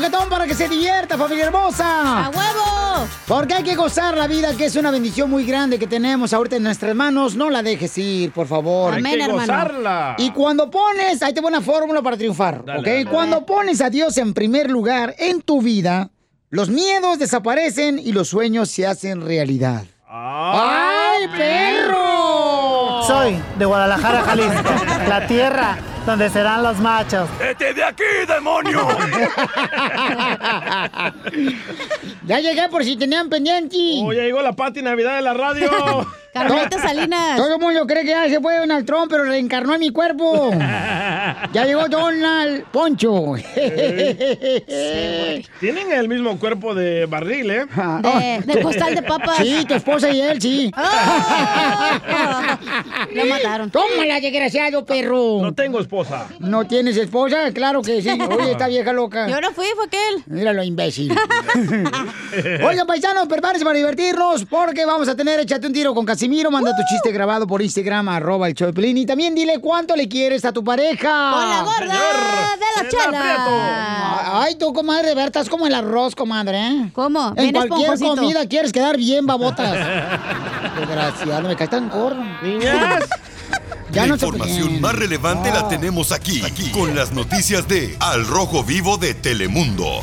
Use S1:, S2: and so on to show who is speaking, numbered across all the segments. S1: reggaetón para que se divierta, familia hermosa.
S2: ¡A huevo!
S1: Porque hay que gozar la vida, que es una bendición muy grande que tenemos ahorita en nuestras manos. No la dejes ir, por favor.
S2: Amén, Hay que hermano. gozarla.
S1: Y cuando pones, ahí te pone una fórmula para triunfar,
S2: Dale,
S1: ¿ok?
S2: dale.
S1: Cuando pones a Dios en primer lugar en tu vida, los miedos desaparecen y los sueños se hacen realidad.
S3: ¡Ay, perro! Soy de Guadalajara, Jalisco, la tierra donde serán los machos.
S4: ¡Vete Este de aquí, demonio!
S1: Ya llegué por si tenían pendiente.
S5: Oye, llegó la Pati Navidad de la radio.
S1: Todo- Todo el mundo cree que ya se fue Donald Trump, pero reencarnó en mi cuerpo. ya llegó Donald Poncho.
S5: Tienen el mismo cuerpo de barril, ¿eh?
S1: De- de costal de papas. Ah. Sí, tu esposa y él, sí.
S2: Ah. Lo mataron.
S1: Tómala, desgraciado perro.
S5: No tengo esposa.
S1: ¿No tienes esposa? Claro que sí. Oye, esta vieja loca.
S2: Yo no fui, fue aquel.
S1: Míralo, imbécil. Oigan, paisanos, prepárense para divertirnos porque vamos a tener Échate un tiro con Casimiro. Manda tu chiste grabado por Instagram, arroba el show de Piolín. Y también dile cuánto le quieres a tu pareja.
S2: Con la gorda de la chela.
S1: Ay, tú, comadre, verdad, estás como el arroz, comadre, ¿eh? ¿Cómo? En
S2: Bien
S1: cualquier
S2: esponjosito.
S1: comida quieres quedar bien babotas. Desgraciado, me caes tan gordo.
S5: Niñas.
S1: Ya
S6: la
S1: no se Ah.
S6: información más relevante la tenemos aquí, aquí, con las noticias de Al Rojo Vivo de Telemundo.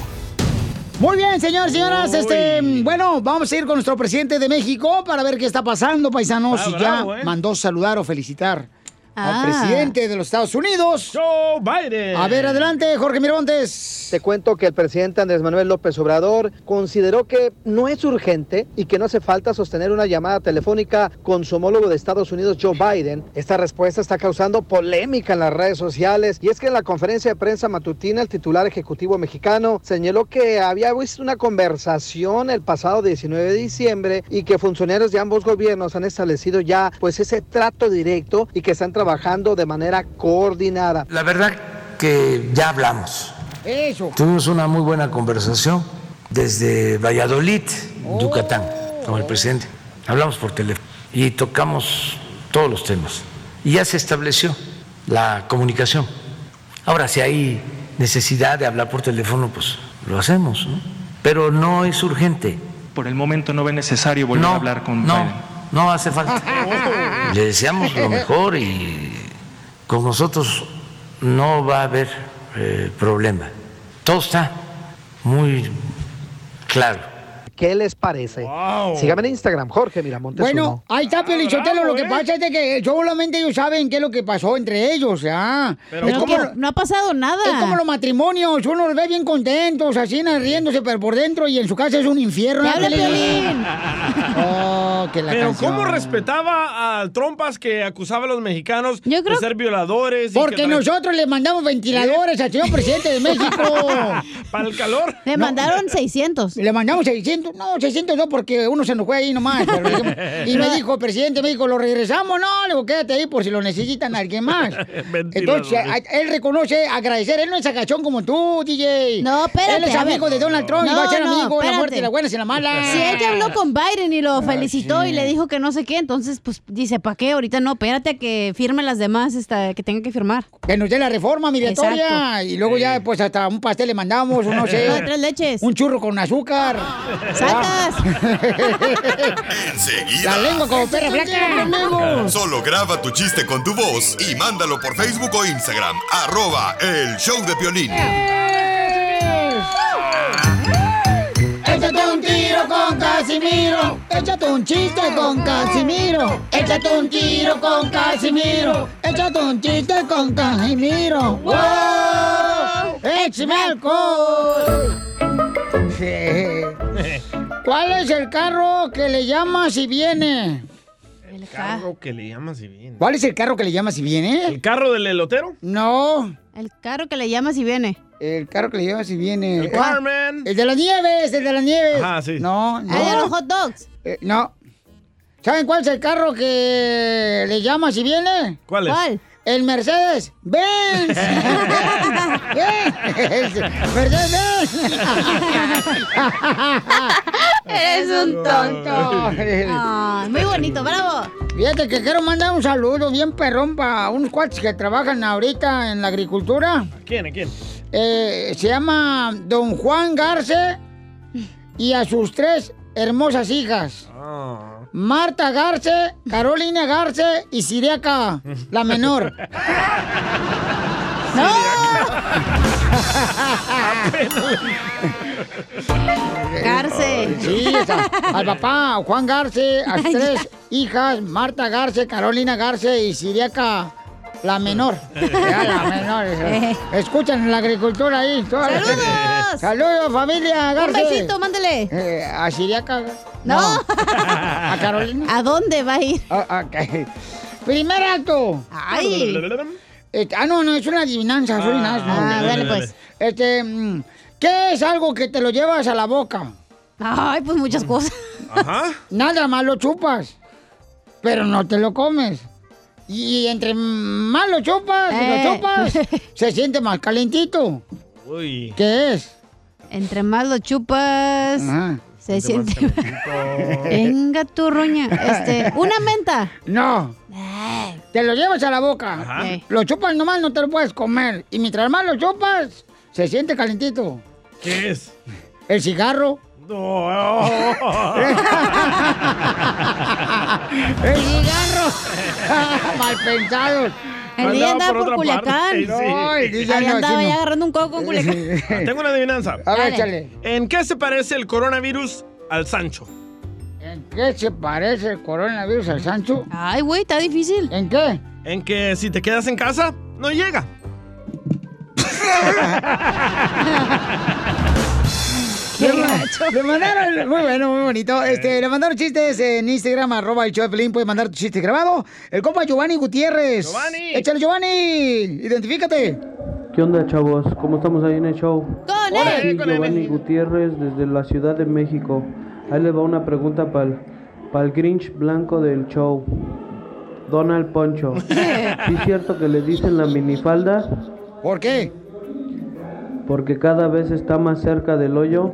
S1: Muy bien, señores, señoras,
S6: Uy.
S1: este, bueno, vamos a ir con nuestro presidente de México para ver qué está pasando, paisanos,
S2: Está
S1: si ya
S2: bravo, ¿eh?
S1: mandó saludar o felicitar
S2: Ah.
S1: al presidente de los Estados Unidos.
S5: Joe Biden.
S1: A ver, adelante, Jorge Miramontes.
S7: Te cuento que el presidente Andrés Manuel López Obrador consideró que no es urgente y que no hace falta sostener una llamada telefónica con su homólogo de Estados Unidos, Joe Biden. Esta respuesta está causando polémica en las redes sociales y es que en la conferencia de prensa matutina el titular ejecutivo mexicano señaló que había visto una conversación el pasado 19 de diciembre y que funcionarios de ambos gobiernos han establecido ya pues ese trato directo y que están trabajando de manera coordinada.
S8: La verdad que ya hablamos.
S1: Eso.
S8: Tuvimos una muy buena conversación desde Valladolid, Yucatán, con el presidente. Hablamos por teléfono y tocamos todos los temas. Y ya se estableció la comunicación. Ahora, si hay necesidad de hablar por teléfono, pues lo hacemos, ¿no? Pero no es urgente. Por el momento no ve necesario volver a hablar con no, No hace falta. Le deseamos lo mejor y con nosotros no va a haber eh, problema. Todo está muy claro.
S7: ¿Qué les parece? Sígame en Instagram, Jorge Miramontes.
S1: Bueno,
S7: uno.
S1: ahí está Pelichotelo, lo que pasa es de que solamente ellos saben qué es lo que pasó entre ellos, ¿ya?
S2: Pero Pero que
S1: no ha pasado nada. Es como los matrimonios, uno los ve bien contentos, así na, riéndose, pero por dentro y en su casa es un infierno.
S2: Te
S1: ¿no,
S2: habla
S1: Piolín? Oh, que la
S5: Pero
S1: canción.
S5: ¿cómo respetaba a Trompas que acusaba a los mexicanos de ser violadores? y que
S1: Porque
S5: tra-
S1: nosotros le mandamos ventiladores al señor presidente de México.
S5: Para el calor.
S1: Le mandaron 600. Le mandamos 600. No, 600 no, porque uno se nos fue ahí nomás. pero le dijimos- y me dijo, presidente, me dijo, ¿lo regresamos? No, le digo, quédate ahí por si lo necesitan alguien más. Entonces, a- él reconoce agradecer. Él no es agachón como tú, DJ. No,
S2: espérate,
S1: Él es
S2: a ver.
S1: amigo de Donald Trump y va a ser
S2: No, no,
S1: amigo de la
S2: espérate.
S1: muerte, la buena y la mala. Ah,
S2: Si él ya habló con Biden y lo felicitó y le dijo que no sé qué, entonces pues dice, ¿para qué? Ahorita no, espérate a que firme las demás esta, que tengan que firmar.
S1: Que nos dé la reforma migratoria. Y luego ya, pues, hasta un pastel le mandamos, o no sé.
S2: No, tres leches.
S1: Un churro con azúcar.
S2: ¡Sacas!
S6: Enseguida.
S1: La lengua como perra flaca.
S6: Solo graba tu chiste con tu voz y mándalo por Facebook o Instagram, arroba el show de Piolín.
S1: Échate un tiro con Casimiro. Échate un chiste con Casimiro. Échate un tiro con Casimiro. Échate un chiste con Casimiro. ¡Wow! ¡Échame alcohol! ¿Cuál es el carro que le llama si viene?
S5: El carro que le llamas y viene.
S1: ¿Cuál es el carro que le llama si viene?
S5: ¿El carro del elotero?
S1: No.
S2: El carro que le llama si viene.
S1: El carro que le llama si viene.
S2: El
S1: Ah,
S2: Carmen.
S1: El de las nieves, el de las nieves.
S2: Ajá,
S5: sí.
S1: No, no.
S2: El de los hot dogs.
S1: Eh, no. ¿Saben cuál es el carro que le llama si viene?
S2: ¿Cuál es? ¿Cuál?
S1: El Mercedes Benz. Mercedes Benz. Eres
S2: un tonto. Ah, muy bonito, bravo.
S1: Fíjate que quiero mandar un saludo bien perrón para unos cuates que trabajan ahorita en la agricultura.
S5: ¿Quién? ¿A quién?
S1: Eh, se llama Don Juan Garce y a sus tres hermosas hijas. Ah. Marta Garce, Carolina Garce y Siriaca, la menor.
S2: Garce.
S1: Sí, o sea, al papá, Juan Garce, a sus tres hijas, Marta Garce, Carolina Garce y Siriaca, la menor. Ya, la menor.
S2: Eh.
S1: esa. Escuchan la agricultura ahí. toda la gente.
S2: ¡Saludos!
S1: ¡Saludos, familia
S2: Un
S1: Garce!
S2: besito, mándele.
S1: Eh, a Siriaca.
S2: No.
S1: ¿A Carolina? Ah,
S2: ¿A dónde va a ir?
S1: Primer acto.
S2: Ay.
S1: Este, ah, no, no, es una adivinanza, soy un
S2: Ah,
S1: asno.
S2: ah, dale, pues.
S1: Este, mm, ¿qué es algo que te lo llevas a la boca? Mm.
S2: Ay, pues muchas cosas.
S5: Ajá.
S1: Nada más lo chupas, pero no te lo comes. Y entre más lo chupas y lo
S2: Eh.
S1: chupas, se siente más calentito.
S5: Uy.
S1: ¿Qué es?
S2: Entre más lo chupas, se siente. Venga tu roña. Este, una menta. Eh.
S1: No. Te lo llevas a la boca.
S2: Ajá. Eh.
S1: Lo chupas nomás, no te lo puedes comer. Y mientras más lo chupas, se siente calentito.
S5: ¿Qué es?
S1: El cigarro.
S4: oh.
S1: ¡El cigarro! Mal pensados.
S2: El día andaba por, Culiacán.
S1: No, el DJ
S2: Ahí
S1: no,
S2: andaba
S1: sí, no.
S2: ya agarrando un coco en Culiacán.
S5: Ah, Tengo una adivinanza.
S1: A ver,
S2: Dale.
S1: échale.
S5: ¿En qué se parece el coronavirus al Sancho?
S1: ¿En qué se parece el coronavirus al Sancho?
S2: Ay, güey, está difícil.
S1: ¿En qué?
S5: En que si te quedas en casa, no llega.
S1: Le, ma- le mandaron, muy bueno, muy bonito. Este, le mandaron chistes en Instagram, arroba el show de Piolín, puedes mandar tu chiste grabado. El compa Giovanni Gutiérrez.
S5: Giovanni.
S1: Échale, Giovanni. Identifícate.
S9: ¿Qué onda, chavos? ¿Cómo estamos ahí en el show?
S2: ¡Con
S9: Hola,
S2: él!
S9: aquí Giovanni Gutiérrez desde la Ciudad de México. Ahí le va una pregunta para el, Grinch blanco del show. Donald Poncho. ¿Sí es cierto que le dicen la minifalda?
S1: ¿Por qué?
S9: Porque cada vez está más cerca del hoyo.
S2: ¡Oh,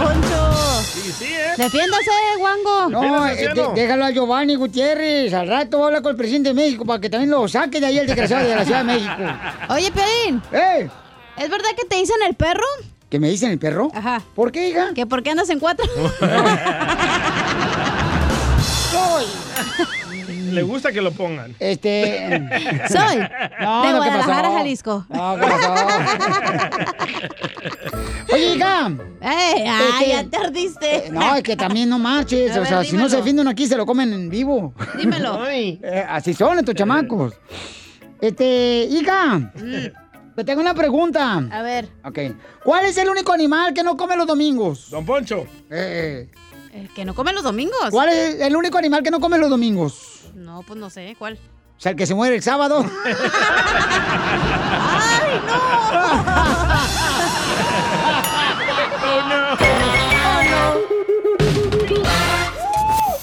S2: Poncho!
S5: Sí, sí, ¿eh?
S2: ¡Defiéndase, guango!
S1: No,
S5: Apenas
S1: eh,
S5: anciano.
S1: de- déjalo a Giovanni Gutiérrez. Al rato va a hablar con el presidente de México para que también lo saque de ahí el desgraciado de la Ciudad de México.
S2: Oye, Piolín,
S1: ¡Eh!
S2: ¿es verdad que te dicen el perro?
S1: ¿Que me dicen el perro?
S2: Ajá.
S1: ¿Por qué, hija?
S2: ¿Que por qué andas en cuatro?
S1: soy?
S5: Le gusta que lo pongan.
S1: Este.
S2: Soy
S1: No,
S2: de
S1: no, ¿qué
S2: Guadalajara,
S1: pasó?
S2: Jalisco.
S1: No, ¿qué pasó? Oye, hija.
S2: ¡Ey! Eh, ¡Ay,
S1: Este-
S2: ya te ardiste!
S1: No, es que también no marches.
S2: A
S1: o
S2: ver,
S1: sea, si no
S2: dímelo.
S1: se defienden aquí, se lo comen en vivo.
S2: Dímelo.
S5: Ay.
S1: Eh, así son estos chamacos. Este, hija.
S2: Mm,
S1: Te tengo una pregunta.
S2: A ver,
S1: Ok. ¿Cuál es el único animal que no come los domingos?
S5: Don Poncho.
S1: Eh,
S2: ¿el que no come los domingos?
S1: ¿Cuál es el único animal que no come los domingos?
S2: No, pues no sé, ¿cuál?
S1: O sea, el que se muere el sábado.
S2: ¡Ay, no!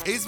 S6: Es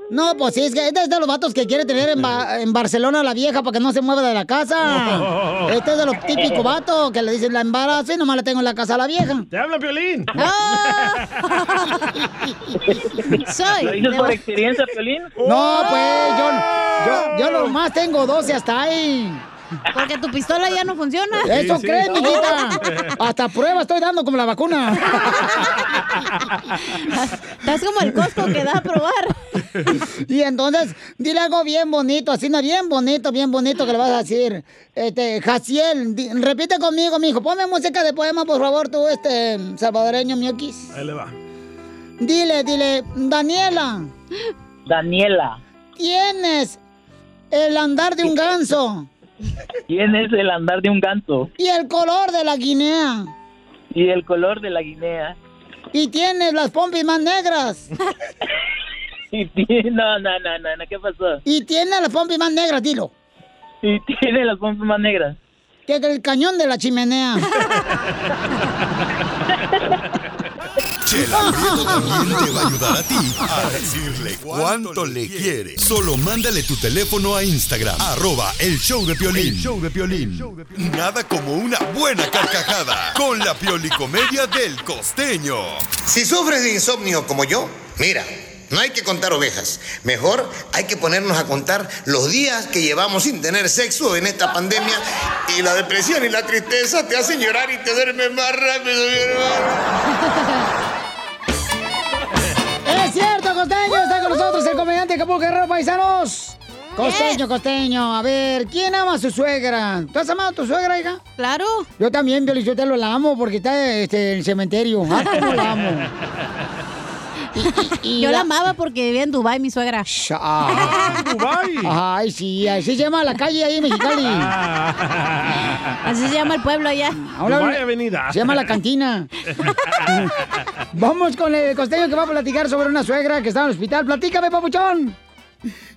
S1: No, pues sí, es que este es de los vatos que quiere tener en, Ba- en Barcelona a la vieja para que no se mueva de la casa. Este es de los típicos vatos que le dicen la embarazo y nomás la tengo en la casa a la vieja.
S5: ¡Te habla, Piolín!
S1: Soy
S10: ¿Lo dices
S1: de-
S10: por experiencia, Piolín?
S1: No, pues yo, Yo, yo nomás tengo 12 hasta ahí.
S2: Porque tu pistola ya no funciona.
S1: Eso crees, mijita. Hasta prueba estoy dando como la vacuna.
S2: Estás como el Costco que da a probar.
S1: Y entonces, dile algo bien bonito, así no, bien bonito, bien bonito que le vas a decir. Este, Jaciel, di- repite conmigo, mijo. Ponme música de poema, por favor, tú, este, salvadoreño miokis.
S5: Ahí le va.
S1: Dile, dile, Daniela,
S11: Daniela,
S1: tienes el andar de un ganso
S11: ¿quién es el andar de un ganso?
S1: y el color de la guinea.
S11: Y el color de la guinea.
S1: Y tienes las pompis más negras.
S11: Y tiene- No, no, no, no, no, ¿qué pasó?
S1: Y tiene las pompis más negras, dilo.
S11: Y tiene las pompas más negras.
S1: Que el cañón de la chimenea.
S6: Chela Prieto también te va a ayudar a ti a decirle cuánto le quiere. Solo mándale tu teléfono a Instagram, arroba el show de Piolín.
S12: El
S6: show de Nada como una buena carcajada con la piolicomedia del costeño.
S12: Si sufres de insomnio como yo, mira, no hay que contar ovejas. Mejor hay que ponernos a contar los días que llevamos sin tener sexo en esta pandemia y la depresión y la tristeza te hacen llorar y te duermes más rápido, mi hermano.
S1: ¡Es cierto, Costeño! Está con nosotros el comediante Acapulco Guerrero Paisanos. Costeño, Costeño, a ver, ¿quién ama a su suegra? ¿Tú has amado a tu suegra, hija?
S2: Claro.
S1: Yo también, Piolín, yo te lo la amo porque está este, en el cementerio. Ah, cómo la amo.
S2: Yo la amaba porque vivía en Dubai mi suegra.
S1: Ah, Dubai. Ay, sí, así se llama la calle ahí en Mexicali.
S2: Ah. Así se llama el pueblo allá.
S1: Ahora- Dubái Avenida. se llama La Cantina. Vamos con el costeño que va a platicar sobre una suegra que está en el hospital. Platícame, papuchón.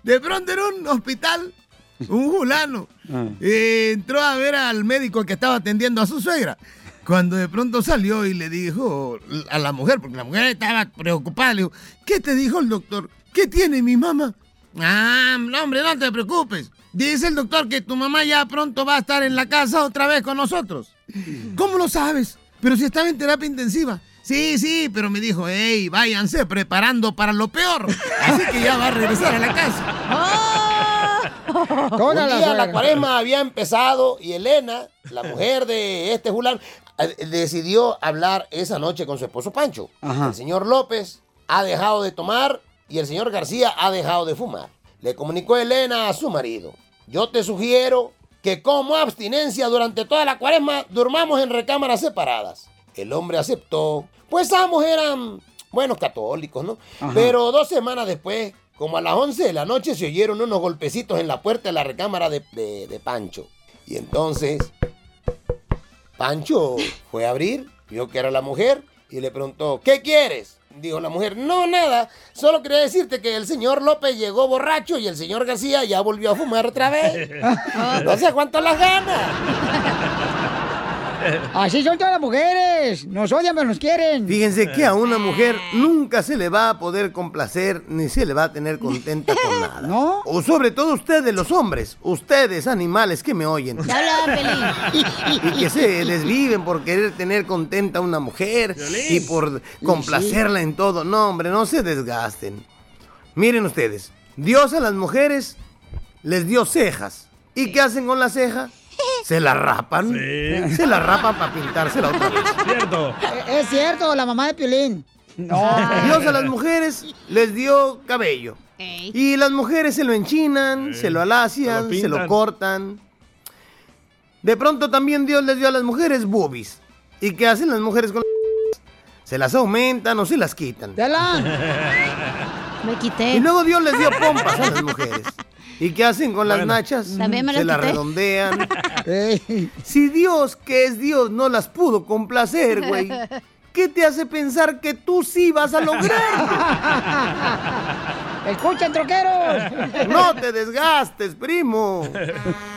S13: De pronto en un hospital, un fulano eh, entró a ver al médico que estaba atendiendo a su suegra. Cuando de pronto salió y le dijo a la mujer, porque la mujer estaba preocupada, le dijo, ¿qué te dijo el doctor? ¿Qué tiene mi mamá? Ah, no, hombre, no te preocupes. Dice el doctor que tu mamá ya pronto va a estar en la casa otra vez con nosotros. ¿Cómo lo sabes? Pero si estaba en terapia intensiva. Sí, sí, pero me dijo, hey, váyanse preparando para lo peor. Así que ya va a regresar a la casa.
S14: Ah. Un día la cuaresma había empezado y Elena, la mujer de este Julán, eh, decidió hablar esa noche con su esposo Pancho.
S15: Ajá.
S14: El señor López ha dejado de tomar y el señor García ha dejado de fumar. Le comunicó Elena a su marido. Yo te sugiero que como abstinencia durante toda la cuaresma durmamos en recámaras separadas. El hombre aceptó, pues ambos eran buenos católicos, ¿no? Pero dos semanas después, como a las 11 de la noche, se oyeron unos golpecitos en la puerta de la recámara de, de- de Pancho. Y entonces, Pancho fue a abrir, vio que era la mujer y le preguntó, ¿qué quieres? Dijo la mujer, no, nada, solo quería decirte que el señor López llegó borracho y el señor García ya volvió a fumar otra vez. No se aguantan las ganas.
S1: Así son todas las mujeres. Nos odian, pero nos quieren.
S15: Fíjense que a una mujer nunca se le va a poder complacer ni se le va a tener contenta con nada.
S1: ¿No?
S15: O sobre todo ustedes, los hombres, ustedes, animales que me oyen. Y que se desviven por querer tener contenta a una mujer y por complacerla en todo. No, hombre, no se desgasten. Miren ustedes, Dios a las mujeres les dio cejas. ¿Y qué hacen con la ceja? Se la rapan. Se la rapan para pintársela otra vez. Cierto.
S1: Eh, Es cierto, la mamá de Piolín.
S14: Ah.
S15: Dios a las mujeres les dio cabello. Y las mujeres se lo enchinan, se lo alacian,
S14: se lo
S15: se lo
S14: pintan.
S15: cortan. De pronto también Dios les dio a las mujeres boobies. ¿Y qué hacen las mujeres con las Se las aumentan o se las quitan.
S2: Me quité.
S15: Y luego Dios les dio pompas a las mujeres. ¿Y qué hacen con las
S2: Bueno.
S15: nachas?
S2: También me
S15: Se las
S2: las quité.
S15: redondean. si Dios, que es Dios, no las pudo complacer, güey, ¿qué te hace pensar que tú sí vas a lograrlo?
S1: ¡Escuchen, troqueros!
S15: No te desgastes, primo.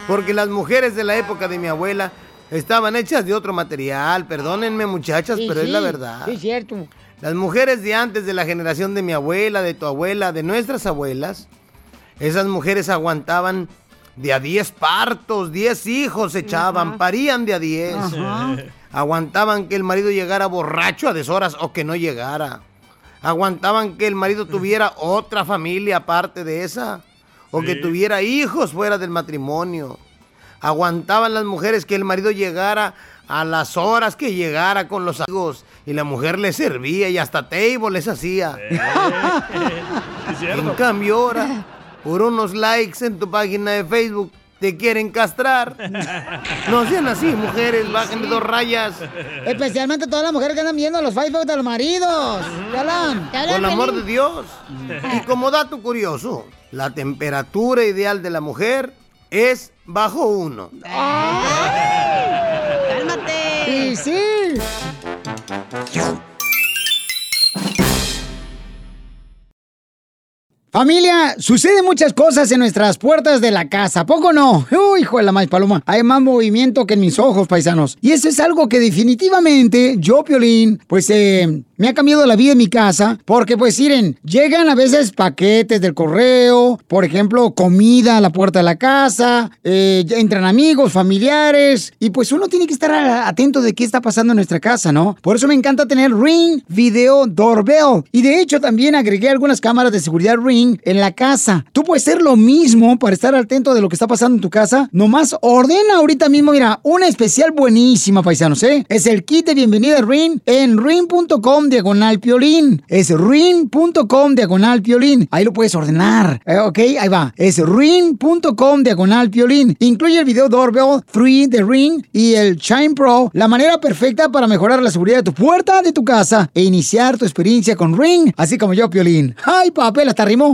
S15: Porque las mujeres de la época de mi abuela estaban hechas de otro material. Perdónenme, muchachas,
S1: Sí,
S15: pero es la
S1: sí,
S15: verdad.
S1: Sí, es cierto.
S15: Las mujeres de antes, de la generación de mi abuela, de tu abuela, de nuestras abuelas, esas mujeres aguantaban de a 10 partos, 10 hijos echaban, parían de a 10.
S16: Ajá.
S15: Aguantaban que el marido llegara borracho a deshoras o que no llegara. Aguantaban que el marido tuviera otra familia aparte de esa. o que tuviera hijos fuera del matrimonio. Aguantaban las mujeres que el marido llegara a las horas que llegara con los amigos y la mujer les servía y hasta table les hacía. En cambio ahora, por unos likes en tu página de Facebook, te quieren castrar. No sean así, mujeres, bajen de dos rayas.
S1: Especialmente todas las mujeres que andan viendo los Facebook de los maridos. Yalan.
S15: Por el amor de Dios. Y como dato curioso, la temperatura ideal de la mujer es bajo uno.
S2: ¡Cálmate!
S1: Y sí. Familia, suceden muchas cosas en nuestras puertas de la casa, ¿a ¿poco no? Uy, hijo de la más paloma, hay más movimiento que en mis ojos, paisanos. Y eso es algo que definitivamente yo, Piolín, pues eh, me ha cambiado la vida en mi casa, porque pues miren, llegan a veces paquetes del correo, por ejemplo, comida a la puerta de la casa, eh, entran amigos, familiares, y pues uno tiene que estar a- atento de qué está pasando en nuestra casa, ¿no? Por eso me encanta tener Ring Video Doorbell. Y de hecho también agregué algunas cámaras de seguridad Ring en la casa. Tú puedes hacer lo mismo para estar atento de lo que está pasando en tu casa. Nomás ordena ahorita mismo, mira, una especial buenísima, paisanos, ¿eh? Es el kit de bienvenida Ring en ring.com diagonal piolín. Es ring.com diagonal piolín. Ahí lo puedes ordenar. Eh, ok, ahí va. Es ring.com diagonal piolín. Incluye el video Doorbell 3 de Ring y el Chime Pro, la manera perfecta para mejorar la seguridad de tu puerta de tu casa e iniciar tu experiencia con Ring, así como yo, piolín. ¡Ay, papel! Hasta rimó.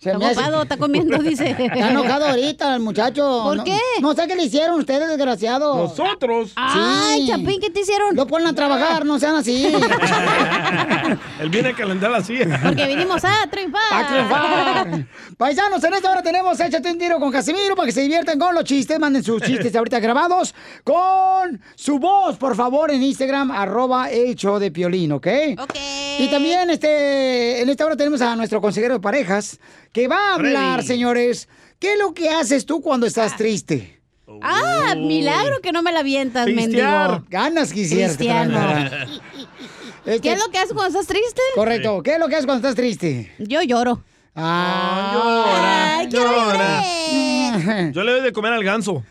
S1: Se
S2: Está
S1: me hace-
S2: ocupado, está comiendo, dice.
S1: Está enojado ahorita el muchacho.
S2: ¿Por
S1: No-
S2: qué?
S1: No sé qué le hicieron ustedes, desgraciados.
S5: Nosotros.
S2: Ay, Chapín,
S1: ¿qué te hicieron? Lo ponen a trabajar, no sean así.
S5: Él viene a calentar la silla.
S2: Porque vinimos a triunfar.
S1: A triunfar. Paisanos, en esta hora tenemos Échate un tiro con Casimiro para que se diviertan con los chistes. Manden sus chistes ahorita grabados con su voz, por favor, en Instagram, arroba el show de Piolín, ¿ok? Ok. Y también este, en esta hora tenemos a nuestro consejero de parejas que va a hablar,
S2: Freddy.
S1: señores, ¿qué es lo que haces tú cuando estás triste?
S2: Ah,
S10: Oh.
S2: milagro que no me la avientas, mendigo.
S1: Ganas quisieras.
S2: Cristiano.
S1: Este-
S2: ¿Qué es lo que haces cuando estás triste?
S1: Correcto. ¿Qué es lo que haces cuando estás triste?
S2: Yo lloro.
S1: Ah,
S5: Ay, llora. Yo le doy de comer al ganso.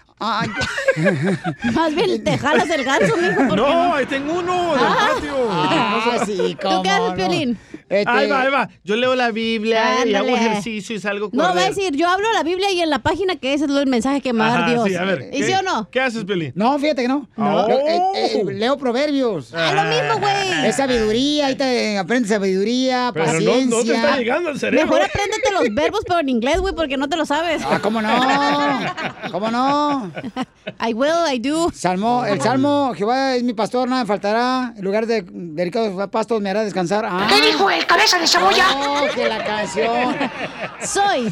S2: Más bien te jalas el ganso, mijo. porque
S5: No, ahí tengo uno del
S2: Ah.
S5: patio.
S2: Ah, sí, Este, ¿Tú qué haces, Piolín?
S1: Este-
S5: Ahí va, ahí va. Yo leo la Biblia y hago
S2: Ándale.
S5: ejercicio y salgo con
S2: No, va a decir, yo hablo la Biblia y en la página que es es el mensaje que me va a dar Dios.
S5: Sí, a ver.
S2: ¿Y
S5: ¿qué-
S2: sí o no?
S5: ¿Qué haces, Piolín?
S1: No, fíjate que no. No,
S5: Oh.
S1: eh, eh, leo proverbios.
S5: Ah, lo mismo, güey.
S1: Es sabiduría, ahí te aprendes sabiduría,
S5: Pero no- no te
S1: paciencia.
S5: está llegando al cerebro.
S2: Mejor apréndete los verbos, pero en inglés, güey, porque no te lo sabes.
S1: Ah, ¿cómo no? ¿Cómo no?
S2: I will, I do.
S1: Salmo, el salmo, Jehová es mi pastor, nada me faltará. En lugar de delicados pastos me hará descansar. Ah.
S16: ¿Qué dijo el cabeza de cebolla?
S1: No, que la canción. Soy.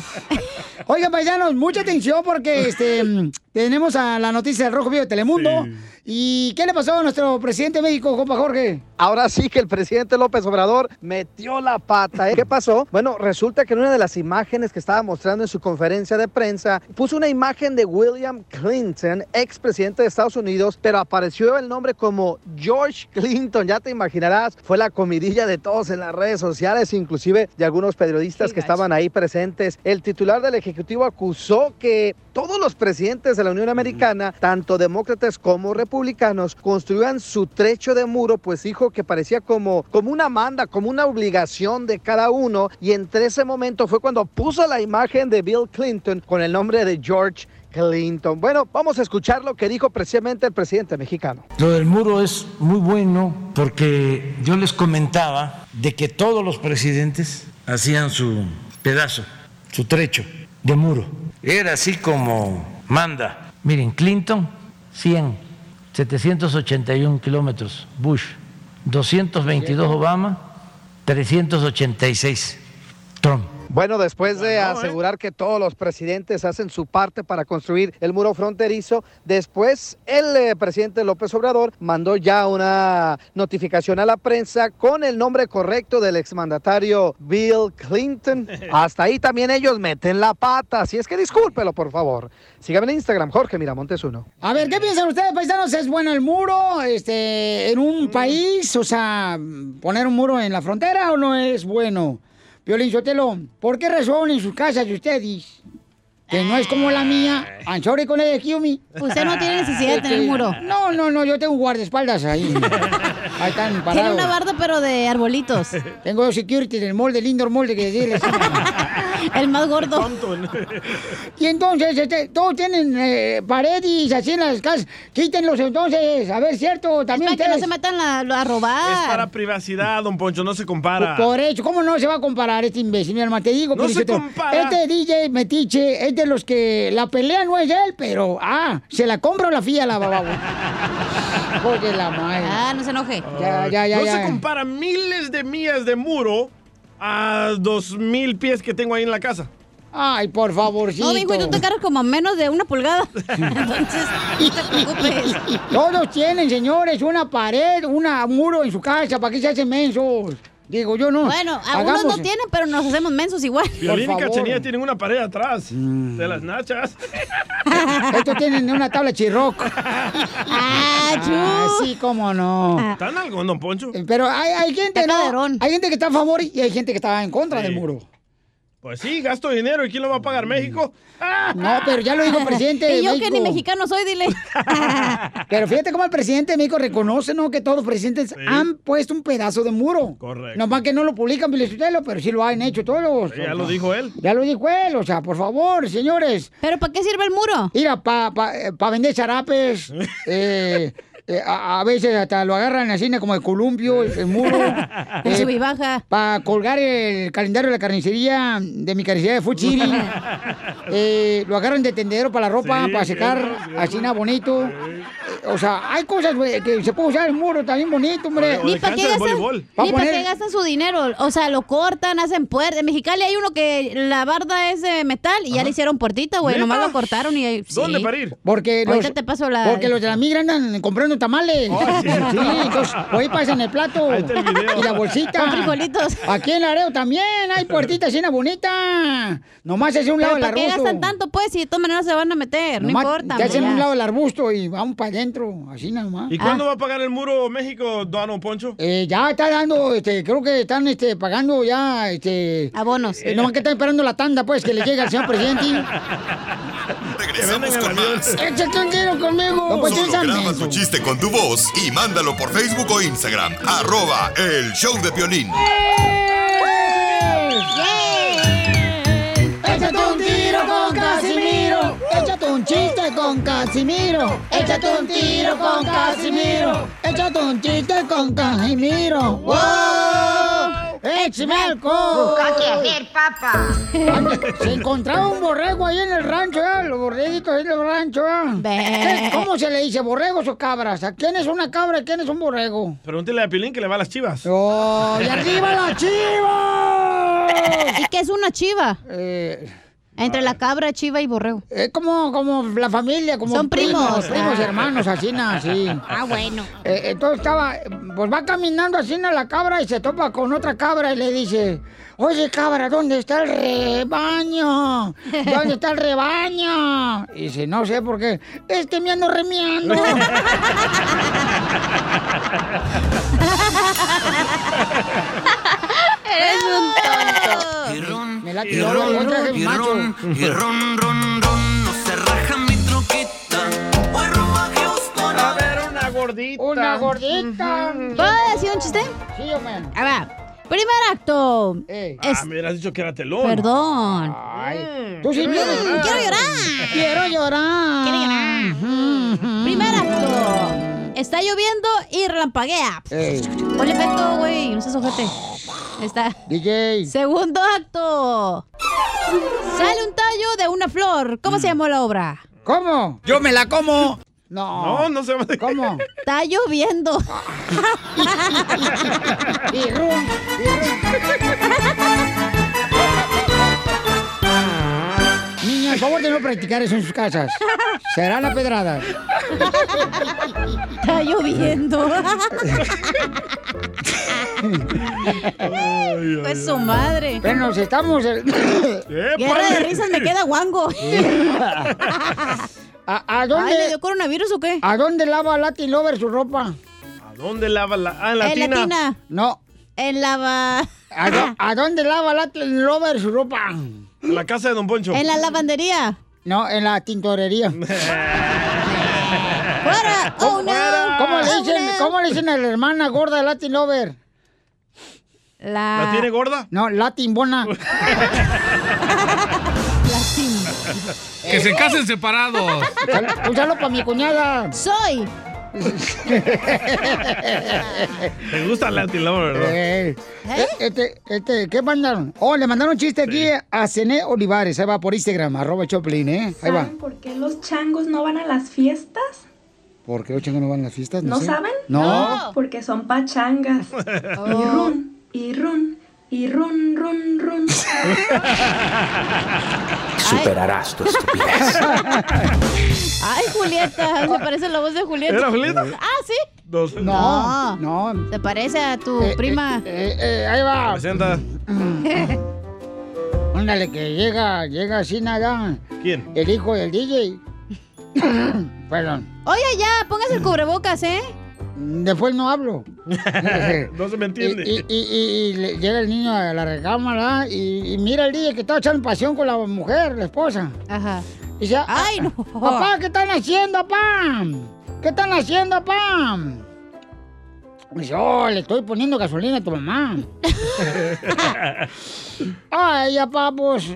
S1: Oigan, paisanos, mucha atención porque este, mm, tenemos a la noticia del Rojo Vivo de Telemundo. ¿Y qué le pasó a nuestro presidente de México, compa Jorge?
S7: Ahora sí que el presidente López Obrador metió la pata. ¿eh? ¿Qué pasó? Bueno, resulta que en una de las imágenes que estaba mostrando en su conferencia de prensa, puso una imagen de William Clinton, expresidente de Estados Unidos, pero apareció el nombre como George Clinton. Ya te imaginarás, fue la comidilla de todos en las redes sociales, inclusive de algunos periodistas que estaban ahí presentes. El titular del Ejecutivo acusó que todos los presidentes de la Unión Americana, tanto demócratas como republicanos, construían su trecho de muro, pues dijo que parecía como, como una manda, como una obligación de cada uno. Y entre ese momento fue cuando puso la imagen de Bill Clinton con el nombre de George Clinton. Bueno, vamos a escuchar lo que dijo precisamente el presidente mexicano.
S8: Lo del muro es muy bueno porque yo les comentaba de que todos los presidentes hacían su pedazo, su trecho de muro. Era así como manda. Miren, Clinton, 100, 781 kilómetros. Bush, 222 Obama, 386 Trump.
S7: Bueno, después de asegurar que todos los presidentes hacen su parte para construir el muro fronterizo, después el eh, presidente López Obrador mandó ya una notificación a la prensa con el nombre correcto del exmandatario Bill Clinton. Hasta ahí también ellos meten la pata, así es que discúlpelo, por favor. Síganme en Instagram, Jorge Miramontes uno.
S1: A ver, ¿qué piensan ustedes, paisanos? ¿Es bueno el muro este, en un país? O sea, poner un muro en la frontera o no es bueno? Piolín Sotelo, ¿por qué razón en sus casas de ustedes? Que no es como la mía. I'm sorry con el excuse me.
S2: Usted no tiene necesidad de tener
S1: Este,
S2: muro.
S1: No, no, no, yo tengo guardaespaldas ahí. Ahí están parados.
S2: Tiene una barda, pero de arbolitos.
S1: Tengo security del molde, lindo molde que decirles.
S2: El más gordo.
S1: Y entonces, este, todos tienen eh, paredes así en las casas. Quítenlos entonces, a ver, ¿cierto? También
S2: para que no
S1: ustedes.
S2: se metan la- a robar.
S5: Es para privacidad, don Poncho, no se compara.
S1: Por eso, ¿cómo no se va a comparar este imbécil? Mi hermano, te digo,
S5: No
S1: Piolín
S5: se
S1: Sotelo,
S5: compara.
S1: este DJ Metiche es de los que la pelea no es él, pero, ah, se la compra o la fía la bababo. Oye, la madre.
S2: Ah, no se enoje.
S1: Ya, ya, ya,
S5: no
S1: ya.
S5: se compara miles de millas de muro a dos mil pies que tengo ahí en la casa.
S1: Ay, por favorcito.
S2: No, dijo, y tú te cargas como a menos de una pulgada. Entonces, no te preocupes.
S1: Todos tienen, señores, una pared, una muro en su casa. ¿Para qué se hacen mensos? Digo, yo no.
S2: Bueno, algunos no tienen, pero nos hacemos mensos igual.
S5: Violín y Cachanilla tienen una pared atrás
S1: Mm.
S5: de las nachas.
S1: Estos tienen una tabla chirroc. Ah, sí, cómo no.
S5: ¿Están algo, don Poncho?
S1: Eh, Pero hay, hay gente, ¿no? Hay gente que está a favor y hay gente que está en contra del muro. Mm.
S5: Pues sí, gasto dinero. ¿Y quién lo va a pagar? ¿México?
S1: No, pero ya lo dijo el presidente de
S2: y yo que
S1: México.
S2: ni mexicano soy, dile.
S1: Pero fíjate cómo el presidente de México reconoce, ¿no? Que todos los presidentes han puesto un pedazo de muro.
S5: Correcto.
S1: Nomás que no lo publican, Pio Lizotelo, pero sí lo han hecho todos.
S5: Sí, ya lo dijo él.
S1: Ya lo dijo él, o sea, por favor, señores.
S2: ¿Pero para qué sirve el muro?
S1: Mira, para pa, eh, pa vender charapes. eh, eh, a, a veces hasta lo agarran así ¿no? como el columpio, el, el muro.
S2: El sub y
S1: Para colgar el calendario de la carnicería de mi carnicería de Fuchiri. Eh, lo agarran de tendedero para la ropa,
S16: Sí,
S1: para secar,
S16: cierto, cierto.
S1: así nada bonito. Eh, O sea, hay cosas güey, que se puede usar el muro también bonito, hombre.
S2: Ni para qué gastan,
S1: Pa'
S2: ni pa' qué
S1: poner-
S2: gastan su dinero. O sea, lo cortan, hacen puertas. En Mexicali hay uno que la barda es de metal y ya le hicieron puertita, güey.
S1: ¿Neta?
S2: Nomás lo cortaron y... sí.
S1: Porque
S2: Ahorita
S1: los,
S2: te paso la...
S1: Porque los de la migra andan comprando tamales. sí. entonces, hoy pasan el plato y la bolsita.
S2: Con frijolitos.
S1: Aquí en Laredo también hay puertitas llena bonita. Nomás es un lado
S2: Pero
S1: del
S2: ¿Para qué
S1: arbusto.
S2: gastan tanto, pues? Si de todas maneras se van a meter.
S1: Nomás
S2: no importa.
S1: Te hacen
S2: hombre,
S1: un
S2: ya.
S1: lado del arbusto y vamos para adentro, así nomás.
S5: ¿Y
S2: Ah.
S5: cuándo va a pagar el muro México, don Poncho?
S1: Eh, ya está dando, este, creo que están este, pagando ya este,
S2: abonos.
S1: nomás que están esperando la tanda, pues, que le llegue al señor presidente.
S6: Regresamos con más.
S1: ¡Échate un tiro conmigo! No, pues,
S6: Solo
S1: piensa
S6: graba
S1: menso.
S6: tu chiste con tu voz y mándalo por Facebook o Instagram. Arroba el show de violín.
S1: Échate un tiro con Casimiro. Échate un chiste con Casimiro. Échate un tiro con Casimiro. Échate un chiste con Casimiro. ¡Wow! ¡Échame alcohol!
S16: Busca qué hacer,
S1: papá! Se encontraba un borrego ahí en el rancho, ¿eh? Los borreguitos ahí en el rancho, ¿eh? ¿Qué- ¿Cómo se le dice? ¿Borregos o cabras? ¿A quién es una cabra y quién es un borrego?
S5: Pregúntele a Piolín que le va a las chivas.
S1: ¡Oh, y arriba las chivas!
S2: ¿Y qué es una chiva? Entre la cabra, chiva y borrego.
S1: Es Eh, como, como la familia, como
S2: Son primos.
S1: primos,
S2: Ah.
S1: hermanos, así, na, así.
S2: Ah, bueno.
S1: Eh, entonces estaba, pues va caminando así a la cabra y se topa con otra cabra y le dice, oye cabra, ¿dónde está el rebaño? ¿Dónde está el rebaño? Y dice, no sé por qué, es que me ando remiando.
S16: Eres un tonto.
S1: Me la
S16: tiró, la otra que es macho.
S5: A ver, una gordita.
S1: Una gordita.
S2: ¿Puedo decir un chiste?
S1: Sí, hombre.
S2: A ver. Primer acto. Es-
S5: Ah, me hubieras dicho que era telón.
S2: Perdón.
S1: Tú sí
S2: Mm,
S1: vienes.
S2: quiero llorar.
S1: Quiero llorar.
S2: Quiero llorar. Primer acto. Está lloviendo y relampaguea.
S1: Ey.
S2: Ponle efecto, güey. No seas ojete. Ahí Está.
S1: DJ.
S2: Segundo acto. Sale un tallo de una flor. ¿Cómo se llamó la obra?
S1: Mm. ¿Cómo? Yo me la como. No.
S5: No, no se llama.
S1: ¿Cómo?
S2: Está lloviendo.
S1: Ah. el favor de no practicar eso en sus casas. Será la pedrada.
S2: Está lloviendo. Pues su madre.
S1: Bueno, si estamos.
S2: Guerra de risas me queda guango.
S1: ¿A, a dónde?
S2: Ay, ¿le dio coronavirus o qué?
S1: ¿A dónde lava Latin Lover su ropa?
S5: ¿Dónde lava la.? Ah, en la
S2: En la
S5: tina.
S2: tina.
S1: No.
S2: En lava.
S1: ¿A, dó- a dónde lava Latin Lover su ropa?
S5: En la casa de Don Poncho.
S2: En la lavandería.
S1: No, en la tintorería.
S2: ¡Fuera! ¡Oh, no!
S1: ¿Cómo le dicen, ¿cómo le dicen a la hermana gorda de Latin Lover?
S2: La...
S5: ¿La tiene gorda?
S1: No, Latin Bona.
S17: Que se casen separados.
S1: Úsalo para mi cuñada.
S2: Soy.
S5: Te gusta el latilón, ¿verdad?
S1: Eh, este, este, ¿Qué mandaron? Oh, le mandaron un chiste aquí a Cené Olivares. Ahí va por Instagram, arroba Choplin, ¿eh? Ahí va.
S18: ¿Saben por qué los changos no van a las fiestas?
S1: ¿Por qué los changos no van a las fiestas?
S18: ¿No,
S1: sé.
S18: saben?
S1: No.
S18: Porque son pachangas. Y run, y run, y run, run, run.
S14: Superarás tu estupidez.
S2: Ay, Julieta. Se parece la voz de Julieta.
S14: ¿Era Julieta?
S2: Ah, sí.
S1: No. No. Eh,
S2: Se parece a tu prima.
S1: ahí va.
S5: Presenta.
S1: Ándale, que llega, llega así nada.
S5: ¿Quién?
S1: El hijo del DJ. Perdón.
S2: Oye, ya, póngase el cubrebocas, ¿eh?
S1: Después no hablo.
S5: no se me entiende.
S1: Y, y- y- y le- llega el niño a la recámara y, y mira el DJ que está echando pasión con la mujer, la esposa.
S2: Ajá.
S1: Y dice, ¡ay, no! Papá, ¿qué están haciendo, pam? ¿Qué están haciendo, pam? Y dice, oh, le estoy poniendo gasolina a tu mamá. Ay, ya, papos.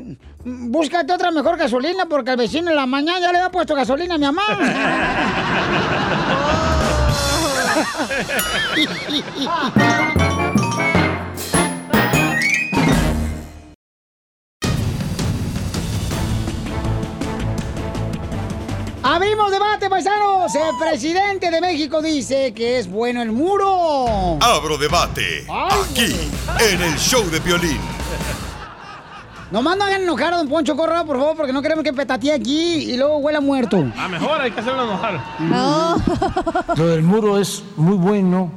S1: Búscate otra mejor gasolina porque al vecino en la mañana ya le había puesto gasolina a mi mamá. Abrimos debate, paisanos. El presidente de México dice que es bueno el muro.
S6: Abro debate. Aquí, en el show de violín.
S1: Nomás no hagan enojar a don Poncho Corra, por favor, porque no queremos que petatee aquí y luego huela muerto.
S5: A Ah, mejor hay que hacerlo enojar.
S15: Lo del muro es muy bueno.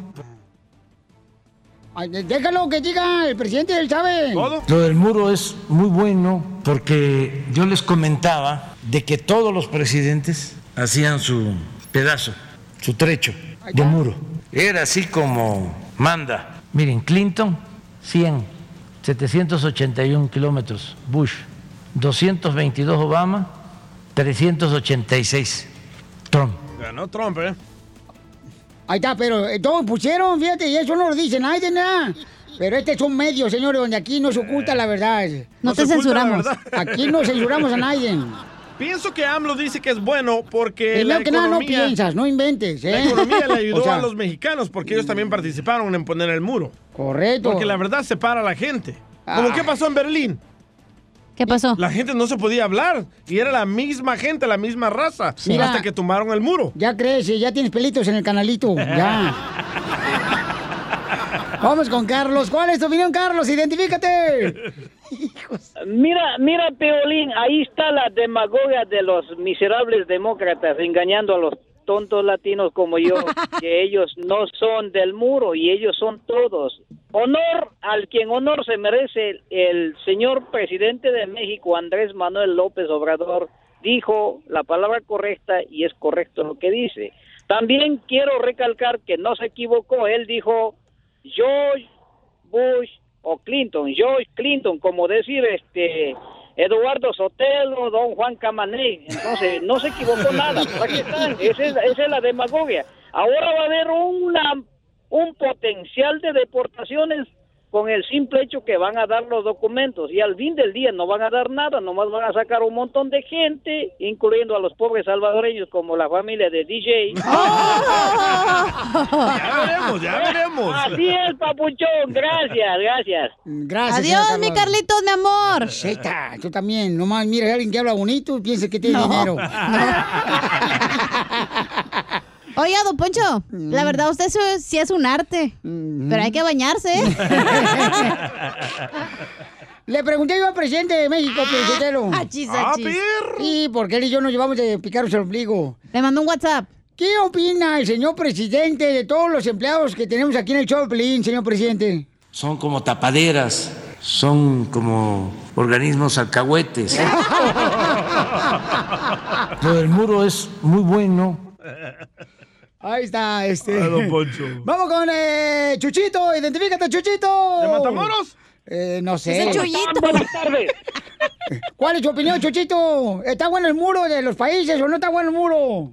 S1: Ay, de- Déjalo que diga el presidente, él sabe.
S15: Lo del muro es muy bueno porque yo les comentaba de que todos los presidentes hacían su pedazo, su trecho de muro. Era así como manda. Miren, Clinton, 100, 781 kilómetros. Bush, 222 Obama, 386 Trump.
S5: Ganó Trump, ¿eh?
S1: Ahí está, pero eh, todos pusieron, fíjate, y eso no lo dice nadie, nada. Pero este es un medio, señores, donde aquí no se oculta la verdad.
S5: No No te se oculta la censuramos. verdad.
S1: Aquí no censuramos a nadie.
S5: Pienso que AMLO dice que es bueno porque la
S1: Primero que nada, no
S5: economía,
S1: piensas, no inventes. ¿eh?
S5: la economía le ayudó
S1: O sea,
S5: a los mexicanos porque ellos también participaron en poner el muro.
S1: Correcto.
S5: Porque la verdad separa a la gente. Como
S1: Ah.
S5: qué pasó en Berlín.
S2: ¿Qué pasó?
S5: La gente no se podía hablar y era la misma gente, la misma raza,
S1: Mira.
S5: hasta que tumbaron el muro.
S1: Ya crece, ya tienes pelitos en el canalito, ya. Vamos con Carlos. ¿Cuál es tu opinión, Carlos? Identifícate.
S19: Mira, mira, Peolín, ahí está la demagogia de los miserables demócratas engañando a los tontos latinos como yo, que ellos no son del muro y ellos son todos. Honor al quien honor se merece, el, el señor presidente de México, Andrés Manuel López Obrador, dijo la palabra correcta y es correcto lo que dice. También quiero recalcar que no se equivocó, él dijo, yo Bush o Clinton, George Clinton, como decir este Eduardo Sotelo, don Juan Camaney. Entonces, no se equivocó nada. pues aquí están. Esa es, esa es la demagogia. Ahora va a haber una, un potencial de deportaciones con el simple hecho que van a dar los documentos y al fin del día no van a dar nada, nomás van a sacar un montón de gente, incluyendo a los pobres salvadoreños como la familia de DJ.
S5: Ya veremos, ya veremos.
S19: Así es, papuchón, gracias, gracias.
S1: Gracias.
S19: Adiós,
S1: señor
S19: mi
S2: Carlitos, mi amor.
S1: Zeta, tú también. Nomás mira a alguien que habla bonito y piensa que tiene
S2: No.
S1: dinero.
S2: Oye, don Poncho,
S1: Mm.
S2: la verdad usted eso es-
S1: Mm-hmm.
S2: sí es un arte, pero hay que bañarse. ¿eh?
S1: Le pregunté yo al presidente de México, Pionchetelo.
S2: achis, Ah, achis. perro.
S1: Sí, porque él y yo nos llevamos de picarnos el ombligo. Le mandó un WhatsApp. ¿Qué opina el señor presidente de todos los empleados que tenemos aquí en el show, de Piolín, señor presidente?
S8: Son como tapaderas, son como organismos alcahuetes. Lo del muro es muy bueno.
S1: Ahí está, este.
S8: Ah, don Poncho.
S1: Vamos con eh, Chuchito, identifícate, Chuchito.
S5: ¿De Matamoros?
S1: Eh, no sé.
S5: Es el Chuyito. Ah, Buenas tardes.
S1: ¿Cuál es tu opinión, Chuchito? ¿Está bueno el muro de los países o no está bueno el muro?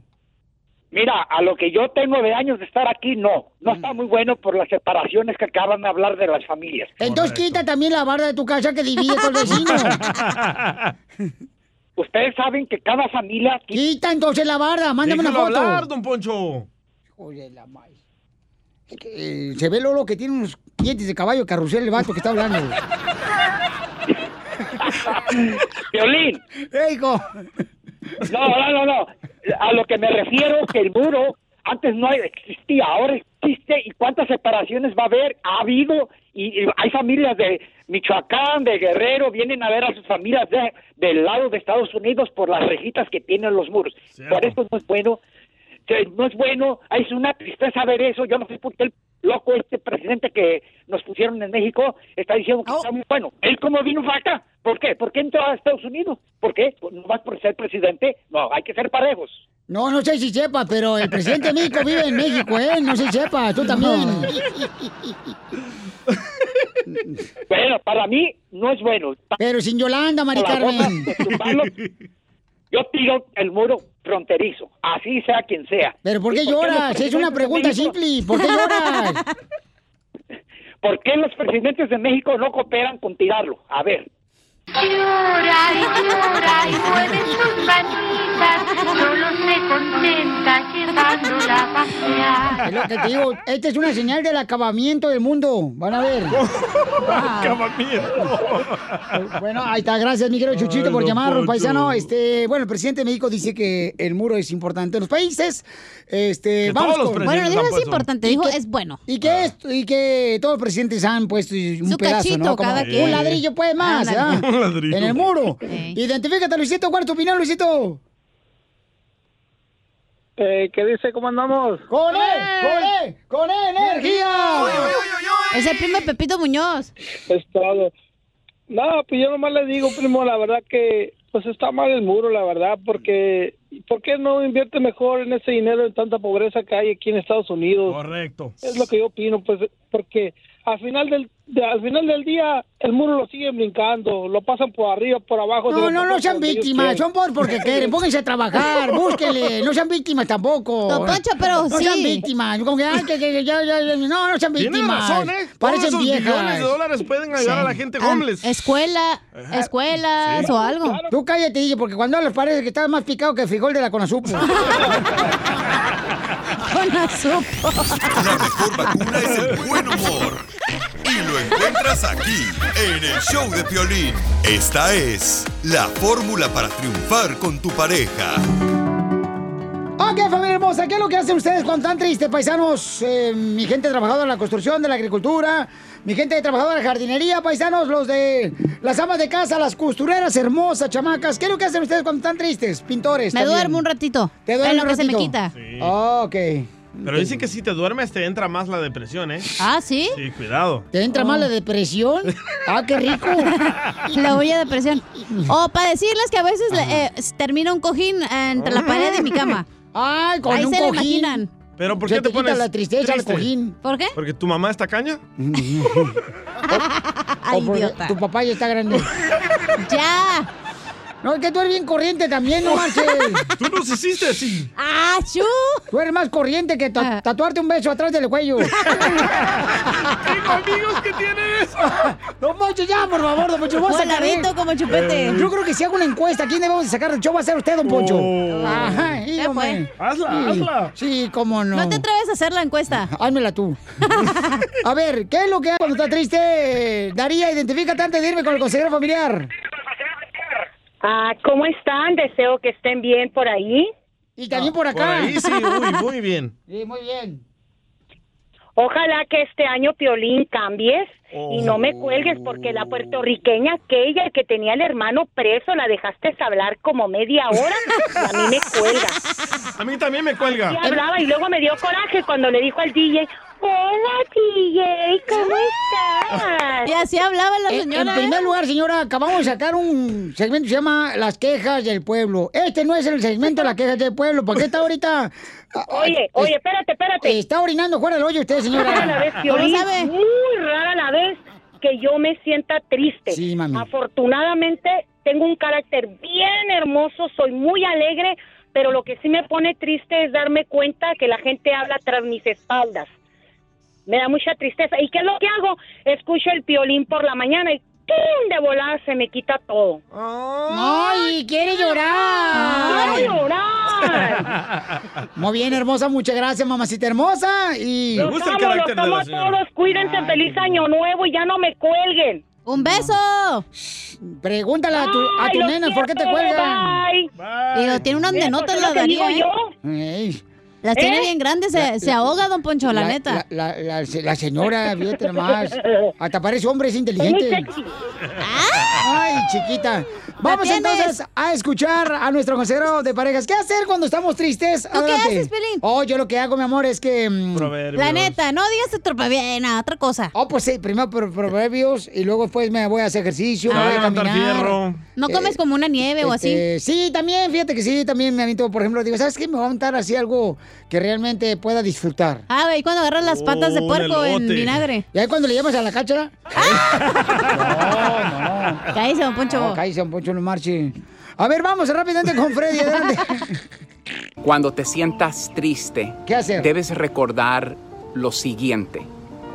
S20: Mira, a lo que yo tengo de años de estar aquí, no.
S1: Mm.
S20: No está muy bueno por las separaciones que acaban de hablar de las familias.
S1: Entonces quita también la barra de tu casa que divide con el vecino.
S20: Ustedes saben que cada familia...
S1: Quita entonces la barra, mándame
S5: Déjalo
S1: una foto.
S5: hablar, don Poncho.
S1: Oye, la madre. Eh, se ve Lolo que tiene unos dientes de caballo carrusel el vato que está hablando.
S20: Violín.
S1: hijo.
S20: No, no, no, no. A lo que me refiero que el muro antes no existía, ahora existe. ¿Y cuántas separaciones va a haber? Ha habido. Y, y hay familias de Michoacán, de Guerrero, vienen a ver a sus familias de- del lado de Estados Unidos por las rejitas que tienen los muros. Por eso no es bueno. que No es bueno. Es una tristeza ver eso. Yo no sé por qué el loco este presidente que nos pusieron en México está diciendo que está muy bueno. ¿Él cómo vino para acá? ¿Por qué? ¿Por qué entró a Estados Unidos? ¿Por qué? Pues, ¿No vas por ser presidente? No, hay que ser parejos.
S1: No, no sé si sepa, pero el presidente de México vive en México, ¿eh? No sé si sepa, tú también.
S20: Bueno, para mí no es bueno.
S1: Pero sin Yolanda, Mari
S20: Con la
S1: Carmen.
S20: boca de tumbarlo, Yo tiro el muro fronterizo, así sea quien sea.
S1: Pero ¿por qué
S20: ¿Y los
S1: lloras? Es una
S20: presidentes de
S1: pregunta
S20: México-
S1: simple. ¿Por qué lloras?
S20: ¿Por qué los presidentes de México no cooperan con tirarlo? A ver.
S21: Llora y llora y mueve sus manitas, solo se contenta llevándola a pasear.
S1: Es lo que te digo. Esta es una señal del acabamiento del mundo. Van a ver. Bueno, ahí está. Gracias, mi querido Chuchito,
S16: Ay,
S1: por
S16: don
S1: llamarnos,
S16: Poncho.
S1: paisano. Este, bueno, el presidente de México dice que el muro es importante en los países. Este,
S2: Que
S1: vamos
S2: todos los
S1: con-
S2: presidentes Bueno, dijo han es puesto. importante,
S1: Y
S2: dijo
S1: que-
S2: es bueno.
S1: Y que, esto- y que todos los presidentes han puesto un
S2: Su
S1: pedazo,
S2: cachito
S1: ¿no? Como
S2: cada quien.
S1: Un ladrillo, pues, más,
S2: Ándale.
S1: ¿verdad?
S2: Un ladrillo.
S1: En el muro. Identifícate, Luisito. ¿Cuál es tu opinión, Luisito?
S22: Eh, ¿Qué dice? ¿Cómo andamos? E!
S1: ¡Con él! ¡Con él! ¡Con él, energía!
S2: Es el primo de Pepito Muñoz.
S22: Es todo. No, pues yo nomás le digo, primo, la verdad que pues está mal el muro, la verdad, porque ¿por qué no invierte mejor en ese dinero en tanta pobreza que hay aquí en Estados Unidos?
S5: Correcto.
S22: Es lo que yo opino, pues, porque al final del de- al final del día el muro lo siguen brincando, lo pasan por arriba, por abajo. se lo
S1: No, no,
S22: pasan
S1: no
S22: por
S1: sean
S22: donde ellos
S1: víctimas,
S22: quieren.
S1: son por porque quieren, pónganse a trabajar, búsquenle, no sean víctimas tampoco.
S22: Don Poncho, pero
S1: No
S22: sí.
S1: sean víctimas, como que, ay, que, que- ya, ya, ya, no, no sean
S5: Tiene
S1: víctimas.
S5: razón, ¿eh? Todos
S1: Parecen
S5: esos
S1: viejas.
S5: millones de dólares pueden ayudar
S1: Sí.
S5: a la gente
S1: Ah,
S5: homeless.
S2: Escuela, escuelas o algo.
S1: Tú cállate, DJ, porque cuando hablas parece que estás más picado que el frijol de la Conasupo. Conasupo.
S6: La mejor vacuna es el buen humor. Y lo encuentras aquí, en el show de Piolín. Esta es la fórmula para triunfar con tu pareja.
S1: Ok, familia hermosa, ¿qué es lo que hacen ustedes cuando están tristes, paisanos? Eh, mi gente trabajadora de la construcción, de la agricultura, mi gente trabajadora de la jardinería, paisanos, los de las amas de casa, las costureras hermosas, chamacas. ¿Qué es lo que hacen ustedes cuando están tristes, pintores?
S2: Me duermo un ratito.
S1: ¿Te duermes
S2: En lo
S1: un
S2: que se me
S1: ratito?
S2: quita.
S1: Ah, ok.
S5: Pero dicen que si te duermes te entra más la depresión, ¿eh?
S2: Ah, ¿sí?
S5: Sí, cuidado.
S1: ¿Te entra más la depresión? Ah, qué rico.
S2: La olla de presión. O para decirles que a veces eh, termina un cojín entre la pared de mi cama.
S1: Ah. Ay, con
S2: Oh. Ahí
S1: un
S2: se
S1: cojín.
S2: le imaginan.
S5: Pero ¿por qué
S1: Se
S5: te,
S1: te quita
S5: pones
S1: la tristeza al cojín.
S2: ¿Por qué?
S5: Porque tu mamá está caña.
S1: O porque Tu papá ya está grande.
S2: ¡Ya!
S1: No, es que tú eres bien corriente también, no marches.
S5: Tú nos hiciste así.
S2: ¡Ah, chu! Ah.
S1: Tú eres más corriente que ta- tatuarte un beso atrás del cuello.
S5: Tengo amigos que tienen eso.
S1: No, Mocho, ya, por favor, don Poncho. Vamos a sacar- Eh,
S2: Voladito como chupete.
S1: Yo creo que si hago una encuesta, ¿quién debemos de sacar el show? Va a ser usted, don Poncho.
S2: Oh.
S1: Ajá,
S2: Ya fue.
S1: hombre.
S2: Hazla,
S1: Sí,
S2: hazla.
S1: Sí, cómo no.
S2: No te atreves a hacer la encuesta.
S1: Házmela tú. A ver, ¿qué es lo que hace cuando está triste? Daría, identifícate antes de irme con el consejero familiar.
S23: Ah, ¿Cómo están? Deseo que estén bien por ahí.
S1: Y también por
S5: Por ahí sí, muy, muy bien.
S1: Sí, muy bien.
S23: Ojalá que este año Piolín cambies y no me cuelgues porque la puertorriqueña aquella que tenía el hermano preso la dejaste hablar como media hora y a mí me cuelga.
S5: A mí también me cuelga.
S23: Y hablaba y luego me dio coraje cuando le dijo al DJ, hola DJ, ¿cómo estás?
S2: Y así hablaba la
S1: Eh, En-
S2: señora.
S1: En
S23: ¿eh?
S1: primer lugar, señora, acabamos de sacar un segmento que se llama Las quejas del pueblo. Este no es el segmento de las quejas del pueblo, porque está ahorita.
S23: Oye, oye, espérate, espérate.
S1: Está orinando fuera del hoyo usted, señora.
S23: Rara la vez, Piolín, muy rara la vez que yo me sienta triste. Afortunadamente tengo un carácter bien hermoso, soy muy alegre, pero lo que sí me pone triste es darme cuenta que la gente habla tras mis espaldas. Me da mucha tristeza. ¿Y qué es lo que hago? Escucho el piolín por la mañana y ¡pum! de volada se me quita todo.
S1: ¡Ay, quiere llorar!
S23: ¡Quiere llorar!
S1: Muy bien, hermosa, muchas gracias, mamacita hermosa. Y...
S23: Los amo, los amo a todos. Pues Cuídense, feliz año nuevo y ya no me cuelguen.
S2: ¡Un beso!
S1: Pregúntale a tu, a
S23: Ay,
S1: tu
S23: los
S1: nena por qué te
S23: quiero,
S1: cuelgan.
S2: Y lo tiene unas
S1: Mira,
S2: denotas
S1: pues, es
S2: la
S1: lo que
S2: daría,
S1: digo
S2: ¿eh? Las tiene bien grandes, eh, se- se ahoga, don Poncho, la neta.
S1: La, la- la- la señora, fíjate nomás. Hasta parece hombre, es inteligente. Ay, chiquita. Vamos
S2: Ah. tienes?
S1: entonces a escuchar a nuestro consejero de parejas. ¿Qué hacer cuando estamos tristes?
S2: ¿Tú qué
S1: Adelante.
S2: haces, Pelín?
S1: Oh, yo lo que hago, mi amor, es que... mm,
S2: La neta, no digas te tropa bien, ah, otra cosa.
S1: Oh, pues sí, primero pro- proverbios y luego pues me voy a hacer ejercicio, me voy a caminar. Eh,
S2: No comes como una nieve o así.
S1: Este, Sí, también, fíjate que sí, también me aviento, por ejemplo, digo, ¿sabes qué? Me voy a aventar así algo que realmente pueda disfrutar.
S2: Ah, güey, cuando agarras las patas de
S1: Oh, un
S2: puerco en
S1: elote.
S2: vinagre.
S1: ¿Y ahí cuando le llamas a la cáchara? No, no.
S2: Ah. Cállese, don Poncho.
S1: No, cállese, don Poncho, no marche. A ver, vamos rápidamente con Freddy, adelante.
S3: Cuando te sientas triste, debes recordar lo siguiente,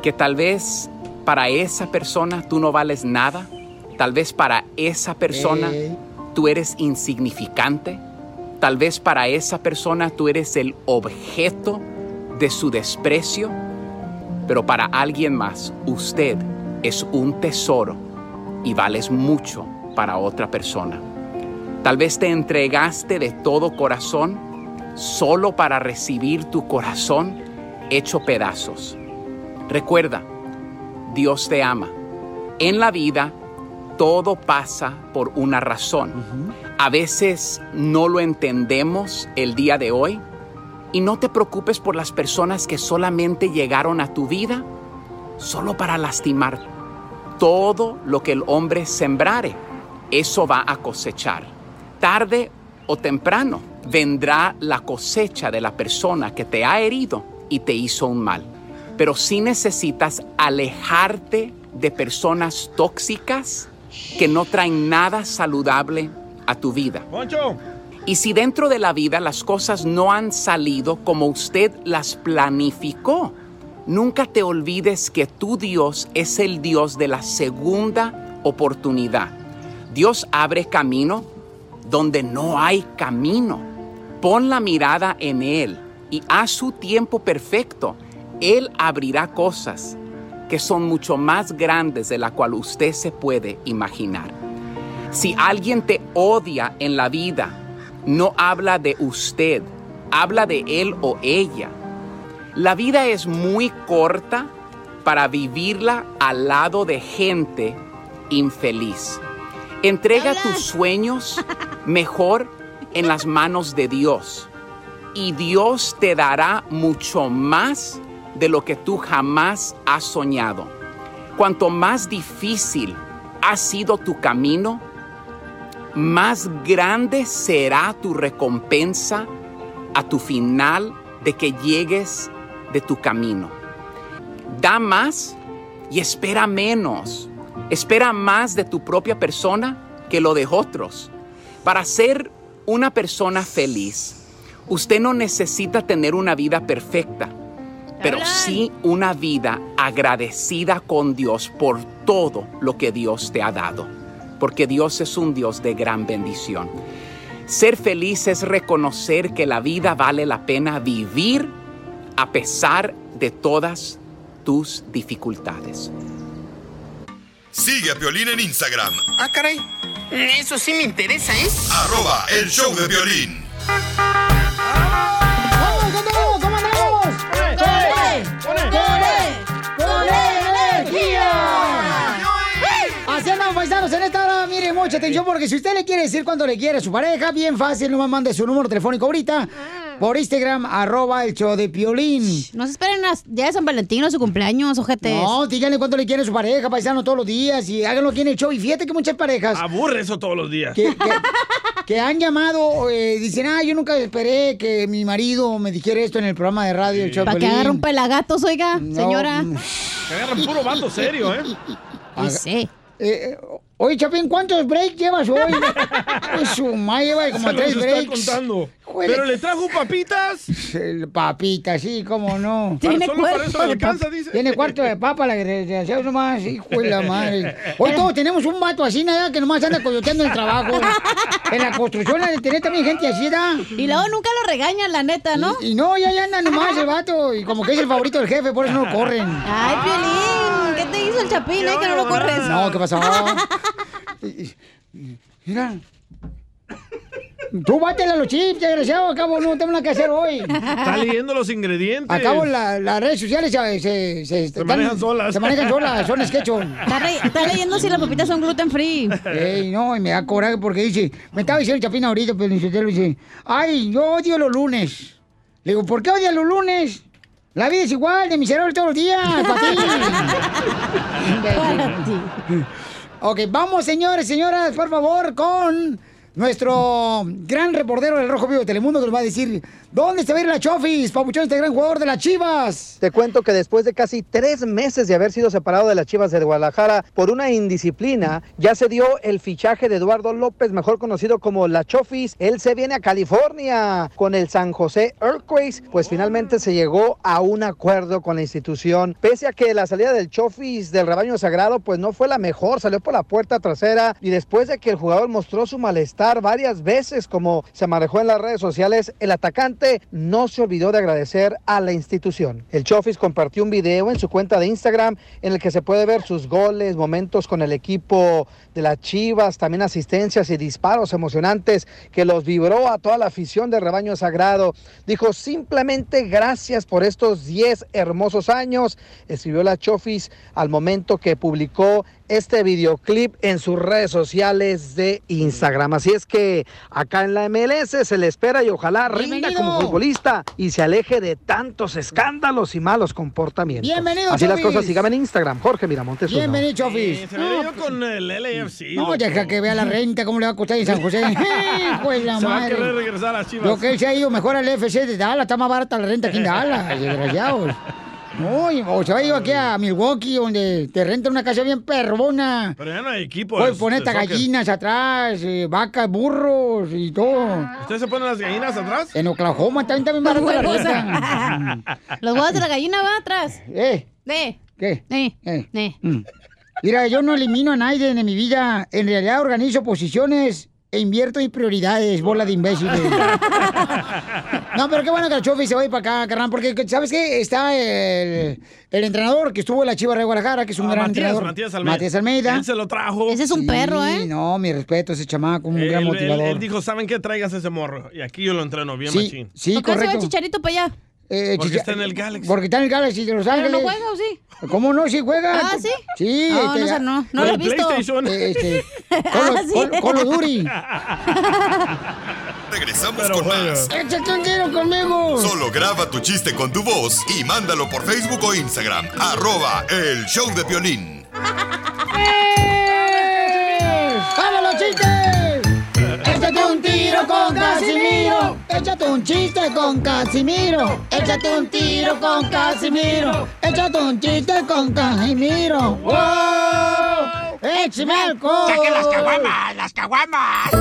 S3: que tal vez para esa persona tú no vales nada, tal vez para esa persona
S4: Ey.
S3: tú eres insignificante, tal vez para esa persona tú eres el objeto de su desprecio, pero para alguien más usted es un tesoro y vales mucho para otra persona. Tal vez te entregaste de todo corazón solo para recibir tu corazón hecho pedazos. Recuerda, Dios te ama. En la vida todo pasa por una razón. A veces no lo entendemos el día de hoy y no te preocupes por las personas que solamente llegaron a tu vida solo para lastimar. Todo lo que el hombre sembrare, eso va a cosechar. Tarde o temprano vendrá la cosecha de la persona que te ha herido y te hizo un mal. Pero si necesitas alejarte de personas tóxicas que no traen nada saludable a tu vida. Y si dentro de la vida las cosas no han salido como usted las planificó, nunca te olvides que tu Dios es el Dios de la segunda oportunidad. Dios abre camino donde no hay camino. Pon la mirada en Él y a su tiempo perfecto, Él abrirá cosas que son mucho más grandes de la cual usted se puede imaginar. Si alguien te odia en la vida, no habla de usted, habla de él o ella. La vida es muy corta para vivirla al lado de gente infeliz. Entrega tus sueños mejor en las manos de Dios y Dios te dará mucho más de lo que tú jamás has soñado. Cuanto más difícil ha sido tu camino, más grande será tu recompensa a tu final de que llegues de tu camino. Da más y espera menos. Espera más de tu propia persona que lo de otros. Para ser una persona feliz, usted no necesita tener una vida perfecta, pero sí una vida agradecida con Dios por todo lo que Dios te ha dado, porque Dios es un Dios de gran bendición. Ser feliz es reconocer que la vida vale la pena vivir a pesar de todas tus dificultades.
S6: Sigue a Piolín en Instagram,
S4: Ah, caray. Eso sí me interesa, ¿eh?
S6: arroba el show de violín.
S1: ¡Vamos, cantamos! ¿Cómo andamos? ¡Corre! ¡Corre! mucha atención porque si usted le quiere decir cuánto le quiere a su pareja, bien fácil, nomás mande su número telefónico ahorita por Instagram, arroba el show de Piolín.
S2: Ah. No se esperen a- ya de San Valentín o su cumpleaños, ojete.
S1: No, díganle cuánto le quiere a su pareja, paisano, todos los días y háganlo aquí en el show. Y fíjate que muchas parejas
S5: Aburre eso todos los días.
S1: que, que- que han llamado, eh, dicen, ah, yo nunca esperé que mi marido me dijera esto en el programa de radio. el show de
S2: Para que
S1: Piolín".
S2: agarre un pelagatos, oiga, señora.
S5: Que agarran puro vato serio, ¿eh?
S1: Aga- Eh, oye, Chapín, ¿cuántos breaks llevas hoy? Pues su madre lleva como
S5: Se los
S1: tres
S5: está
S1: breaks.
S5: contando. ¿Pero le trajo papitas?
S1: papitas, sí, cómo no.
S5: Tiene Solo para cuarto eso le de alcanza, pap- dice.
S1: Tiene cuarto de papa, la desgraciada nomás, hijo de la madre. Hoy todos tenemos un vato así, nada, que nomás anda coyoteando en el trabajo. En la construcción hay de tener también gente así, ¿da?
S2: Y luego nunca lo regañan, la neta, ¿no?
S1: Y, no, ya, ya anda nomás el vato, y como que es el favorito del jefe, por eso no lo corren.
S2: Ay, Piolín, ¿qué te hizo el chapín, eh, que no lo corres?
S1: No, ¿qué pasó? Mira. Tú bátela a los chips, desgraciado. Acabo, no tengo nada que hacer hoy.
S5: Está leyendo los ingredientes.
S1: Acabo la- las redes sociales se, se, se, están-
S5: manejan solas.
S1: Se manejan solas, son sketchos.
S2: Está, re- está leyendo si las papitas son gluten free.
S1: Ey, no, y me da coraje porque dice, me estaba diciendo el Chapín ahorita, pero el Sotelo dice, ay, yo odio los lunes. Le digo, ¿por qué odias los lunes? La vida es igual, de miserable todos los días, para ti. ok, vamos, señores, señoras, por favor, con nuestro gran reportero del Rojo Vivo de Telemundo que nos va a decir, ¿dónde se va a ir la Chofis, papuchón, este gran jugador de las Chivas?
S7: Te cuento que después de casi tres meses de haber sido separado de las Chivas de Guadalajara por una indisciplina, ya se dio el fichaje de Eduardo López, mejor conocido como La Chofis. Él se viene a California con el San José Earthquakes, pues finalmente se llegó a un acuerdo con la institución. Pese a que la salida del Chofis del rebaño sagrado pues no fue la mejor, salió por la puerta trasera y después de que el jugador mostró su malestar varias veces como se manejó en las redes sociales, el atacante no se olvidó de agradecer a la institución. El Chofis compartió un video en su cuenta de Instagram en el que se puede ver sus goles, momentos con el equipo de las Chivas, también asistencias y disparos emocionantes que los vibró a toda la afición de Rebaño Sagrado. Dijo simplemente gracias por estos 10 hermosos años, escribió la Chofis al momento que publicó este videoclip en sus redes sociales de Instagram. Así es que acá en la MLS se le espera y ojalá rinda como futbolista y se aleje de tantos escándalos y malos comportamientos.
S1: Bienvenido,
S7: Así las
S1: Chofis.
S7: cosas, síganme en Instagram, Jorge Miramontes. uno.
S1: Bienvenido, Chofis.
S5: Se lo digo con el LAFC.
S1: No, pues
S5: loco.
S1: deja que vea la renta, cómo le va a costar en San José. Hijo de la
S5: Se va a
S1: madre.
S5: querer regresar a las Chivas.
S1: Lo que él se ha ido mejor al FC de Dallas, está más barata la renta aquí en Dallas, desgraciados. No, y- o se va a ir aquí a Milwaukee, donde te renta una casa bien perrona.
S5: Pero ya no hay equipo.
S1: Puedes
S5: de-
S1: poner
S5: de
S1: hasta
S5: Pues, soccer.
S1: gallinas atrás, eh, vacas, burros y todo.
S5: ¿Ustedes se ponen las gallinas atrás?
S1: En Oklahoma también también barata la
S2: Huevos.
S1: renta.
S2: Los huevos de la gallina van atrás.
S1: Eh,
S2: De.
S1: ¿Qué?
S2: Eh.
S1: Eh.
S2: Eh.
S1: Mm. Mira, yo no elimino a nadie en mi vida. En realidad organizo posiciones e invierto en prioridades, bola de imbéciles. no, pero qué bueno que el Chofi se va a ir para acá, carnal, porque ¿sabes qué? Está el, el entrenador que estuvo en la Chiva de Guadalajara, que es un
S5: Ah,
S1: gran
S5: Matías,
S1: entrenador.
S5: Matías Almeida.
S1: Almeida.
S5: Él se lo trajo.
S1: Ese es un perro, ¿eh? No, mi respeto, ese chamaco, un
S5: Él,
S1: gran
S5: él-
S1: motivador.
S5: él dijo, ¿saben qué? Traigas ese morro. Y aquí yo lo entreno bien
S1: Sí,
S5: machín.
S1: sí, ¿Por qué se va correcto.
S2: Chicharito para allá.
S1: Eh,
S5: Porque
S1: Chicha-
S5: está en el Galaxy.
S1: Porque está en el Galaxy de Los
S2: ¿Pero
S1: Ángeles.
S2: no juega o sí?
S1: ¿Cómo no? ¿Sí juega?
S2: Ah, ¿sí?
S1: Sí.
S2: No,
S1: este,
S2: no sé, no, no lo he Con el visto. PlayStation.
S1: Eh, este, Colo,
S2: Ah, ¿sí?
S1: Colo- Colo Duri.
S6: Regresamos con más.
S1: ¡Échate un tiro conmigo!
S6: Solo graba tu chiste con tu voz y mándalo por Facebook o Instagram. Arroba el show de violín.
S1: ¡Vamos los chistes! Échate un tiro con Casimiro. Échate un chiste con Casimiro. Échate un tiro con Casimiro. Échate un chiste con Casimiro. ¡Wow! ¡Échame alcohol!
S21: ¡Saque las caguamas! ¡Las caguamas!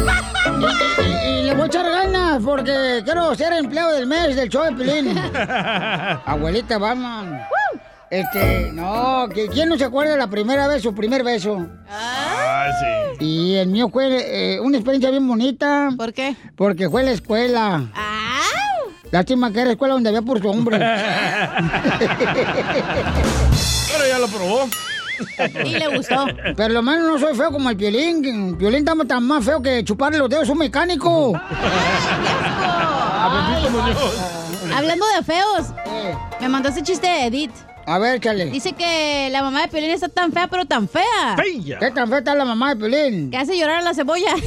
S1: Y, y- y le voy a echar ganas porque quiero ser empleado del mes del show de Pelín.
S5: Ah,
S1: Abuelita Batman. Este, no, que ¿quién no se acuerda de la primera vez, su primer beso?
S5: Ah, sí.
S1: Y el mío fue eh, una experiencia bien bonita.
S2: ¿Por qué?
S1: Porque fue en la escuela. Lástima que era escuela donde había puro hombre.
S5: Pero ya lo probó.
S1: Y le gustó. Pero lo menos no soy feo como el Piolín. que El Piolín está ma- tan más feo que chuparle los dedos a un mecánico.
S2: Hablando de feos, me mandó ese chiste de Edith.
S1: Eh. A ver, chale.
S2: Dice que la mamá de Pelín está tan fea, pero tan fea.
S1: ¡Feya! ¿Qué tan fea está la mamá de Pelín?
S2: Que hace llorar a la cebolla.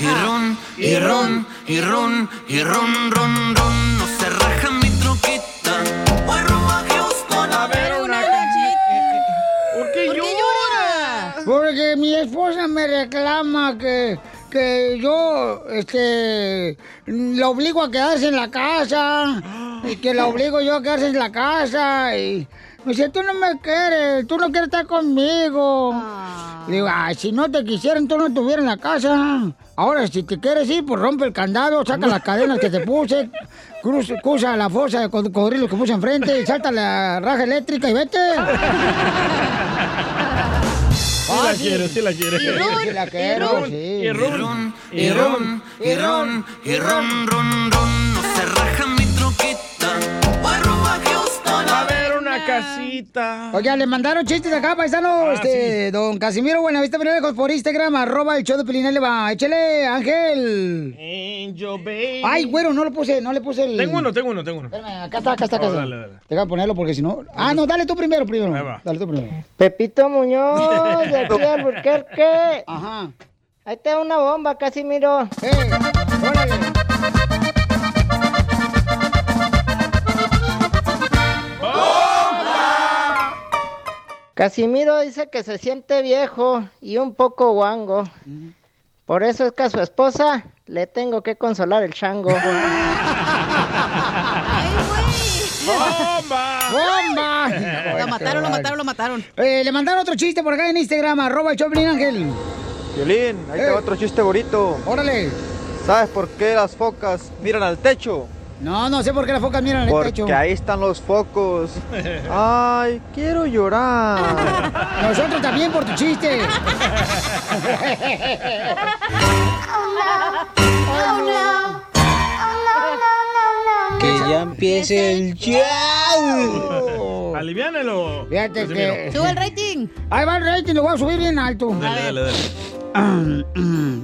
S21: Y ron, y ron, y ron, y ron, ron, ron, no se raja mi troquita. Voy rumbo a Houston a ver una
S1: ¿Por qué llora? Porque mi esposa me reclama que, que yo este, la obligo a quedarse en la casa. Y que la obligo yo a quedarse en la casa. Y me dice, tú no me quieres, tú no quieres estar conmigo. Le digo, ay, si no te quisieran, tú no estuvieras en la casa. Ahora, si te quieres ir, pues rompe el candado, saca las cadenas que te puse, cruza, cruza la fosa de cod- cocodrilo que puse enfrente, y salta la raja eléctrica y vete.
S5: Sí la quiero, sí la quiero.
S1: Y ron, Sí la quiero, y ron, sí.
S5: Y ron,
S21: Y ron, y ron, y ron, ron, ron, no se raja mi troquita. Voy rumbo a Houston a ver una casita.
S1: Oiga, le mandaron chistes acá, paisano,
S5: Ah,
S1: este, don Casimiro Buenavista Lejos por Instagram, arroba el show de Pelín, ahí le va. Échale, Ángel.
S5: Angel baby.
S1: Ay, güero, no le puse, no le puse el...
S5: Tengo uno, tengo uno, tengo uno.
S1: Acá está, acá está, acá
S5: Oh,
S1: está.
S5: dale, dale.
S1: Deja de ponerlo porque si no... Ah, no, dale tú primero, primero. Dale tú primero.
S9: Pepito Muñoz, de aquí a Burquerque.
S1: Ajá. Eh,
S9: Ahí está una bomba, Casimiro. Casimiro dice que se siente viejo y un poco guango. Por eso es que a su esposa le tengo que consolar el chango.
S5: ¡Bomba!
S1: ¡Bomba!
S2: Lo mataron, lo mataron, lo mataron.
S1: Eh, le mandaron otro chiste por acá en Instagram, arroba el show de Pelín, Ángel.
S24: Violín, ahí te
S1: Eh.
S24: va otro chiste bonito.
S1: Órale.
S24: ¿Sabes por qué las focas miran al techo?
S1: No, no sé por qué las focas miran al
S24: Porque
S1: techo.
S24: Porque ahí están los focos. Ay, quiero llorar.
S1: Nosotros también por tu chiste.
S25: Que ya empiece el
S5: show. Aliviánelo.
S25: Pues
S1: Fíjate Este, que...
S5: Casimiro.
S1: rating! Ahí va el rating, lo voy a subir bien alto.
S5: Dale, dale, dale.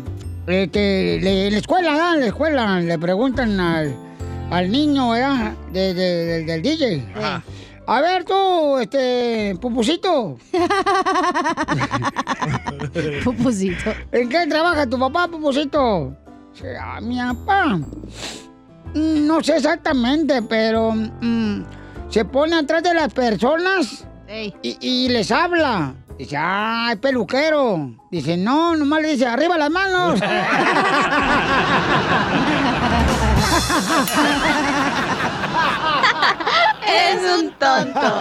S1: Este, le- en la escuela, ¿verdad? En la escuela le preguntan al, al niño, ¿verdad? De- de- del- del DJ. A ver tú, este, Pupusito. Pupusito. ¿En qué trabaja tu papá, Pupusito? Dice, "Ah, mi papá. mm, No sé exactamente, pero mm, se pone atrás de las personas y, y les habla. Dice, ah, es peluquero. Dice, no, nomás le dice, arriba las manos.
S9: es un tonto.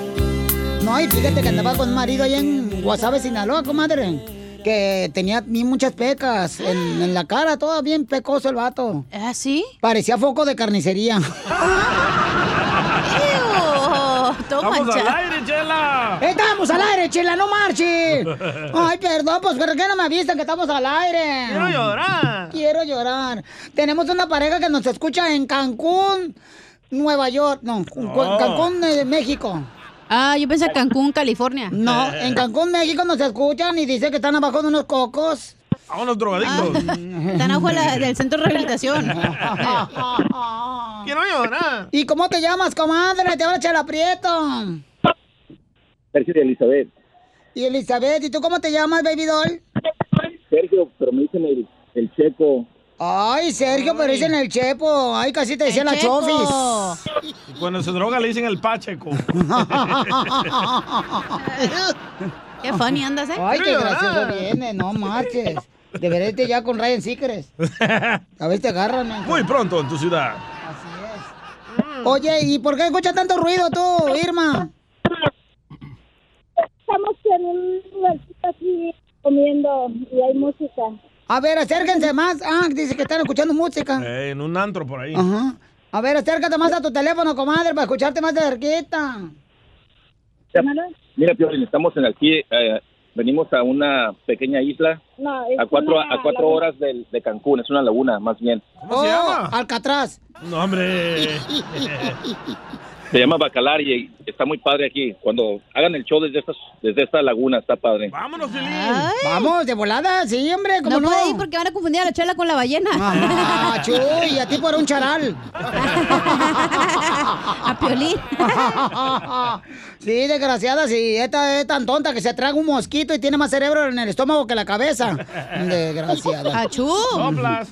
S1: No, y fíjate que andaba con un marido allá en Guasave, Sinaloa, comadre. Que tenía bien muchas pecas en, en la cara, todo bien pecoso el vato. ¿Ah, sí? Parecía foco de carnicería.
S5: Vamos al aire, Chela.
S1: Eh, ¡Estamos al aire, chela! ¡No marche! Ay, perdón, pues ¿por qué no me avisan que estamos al aire?
S5: Quiero llorar.
S1: Quiero llorar. Tenemos una pareja que nos escucha en Cancún, Nueva York. No,
S2: Oh.
S1: Cancún, eh, México.
S2: Ah, yo pensé Cancún, California.
S1: No, en Cancún, México nos escuchan y dicen que están abajo de unos cocos. Ah.
S5: A unos drogadictos.
S2: Están abajo de la- del centro de rehabilitación.
S1: Quiero llorar. ¿Y cómo te llamas, comadre? Te habla Chela Prieto.
S26: Sergio de Elizabeth.
S1: Y Elizabeth, ¿y tú cómo te llamas, baby doll?
S26: Sergio, pero me dicen el, el checo.
S1: Ay, Sergio, pero dicen el Chepo. Ay, casi te decían la
S5: Chepo.
S1: Chofis.
S5: Y Cuando se droga le dicen el Pacheco.
S2: Qué funny andas, ¿eh?
S1: Ay, qué gracioso viene, no marches. Deberías irte ya con Ryan Seacrest. A ver, te agarran. ¿no?
S5: Muy pronto en tu ciudad.
S1: Oye, ¿y por qué escuchas tanto ruido tú, Irma?
S11: Estamos en un lugarcito aquí comiendo y hay música.
S1: A ver, acérquense más. Ah, dice que están escuchando música.
S5: Eh, en un antro por ahí.
S1: Ajá. A ver, acércate más a tu teléfono, comadre, para escucharte más de cerquita.
S26: Mira, Piolín, estamos en aquí, eh, venimos a una pequeña isla
S1: No,
S26: a cuatro, a cuatro horas del- de Cancún, es una laguna más bien.
S1: ¿Cómo se llama? Oh, Alcatraz.
S26: No, hombre. Se llama Bacalar y está muy padre aquí. Cuando hagan el show desde, estas, desde esta laguna, está padre.
S1: Vámonos, Vamos, de volada, sí, hombre,
S2: No,
S1: ¿cómo no?
S2: puede ir porque van a confundir a la chela con la ballena.
S1: Ah, chuy, a ti por un charal. A
S2: Piolín.
S1: Sí, desgraciada, sí. Esta es tan tonta que se traga un mosquito y tiene más cerebro en el estómago que la cabeza. Desgraciada.
S2: ¡Achú!
S26: Soplas.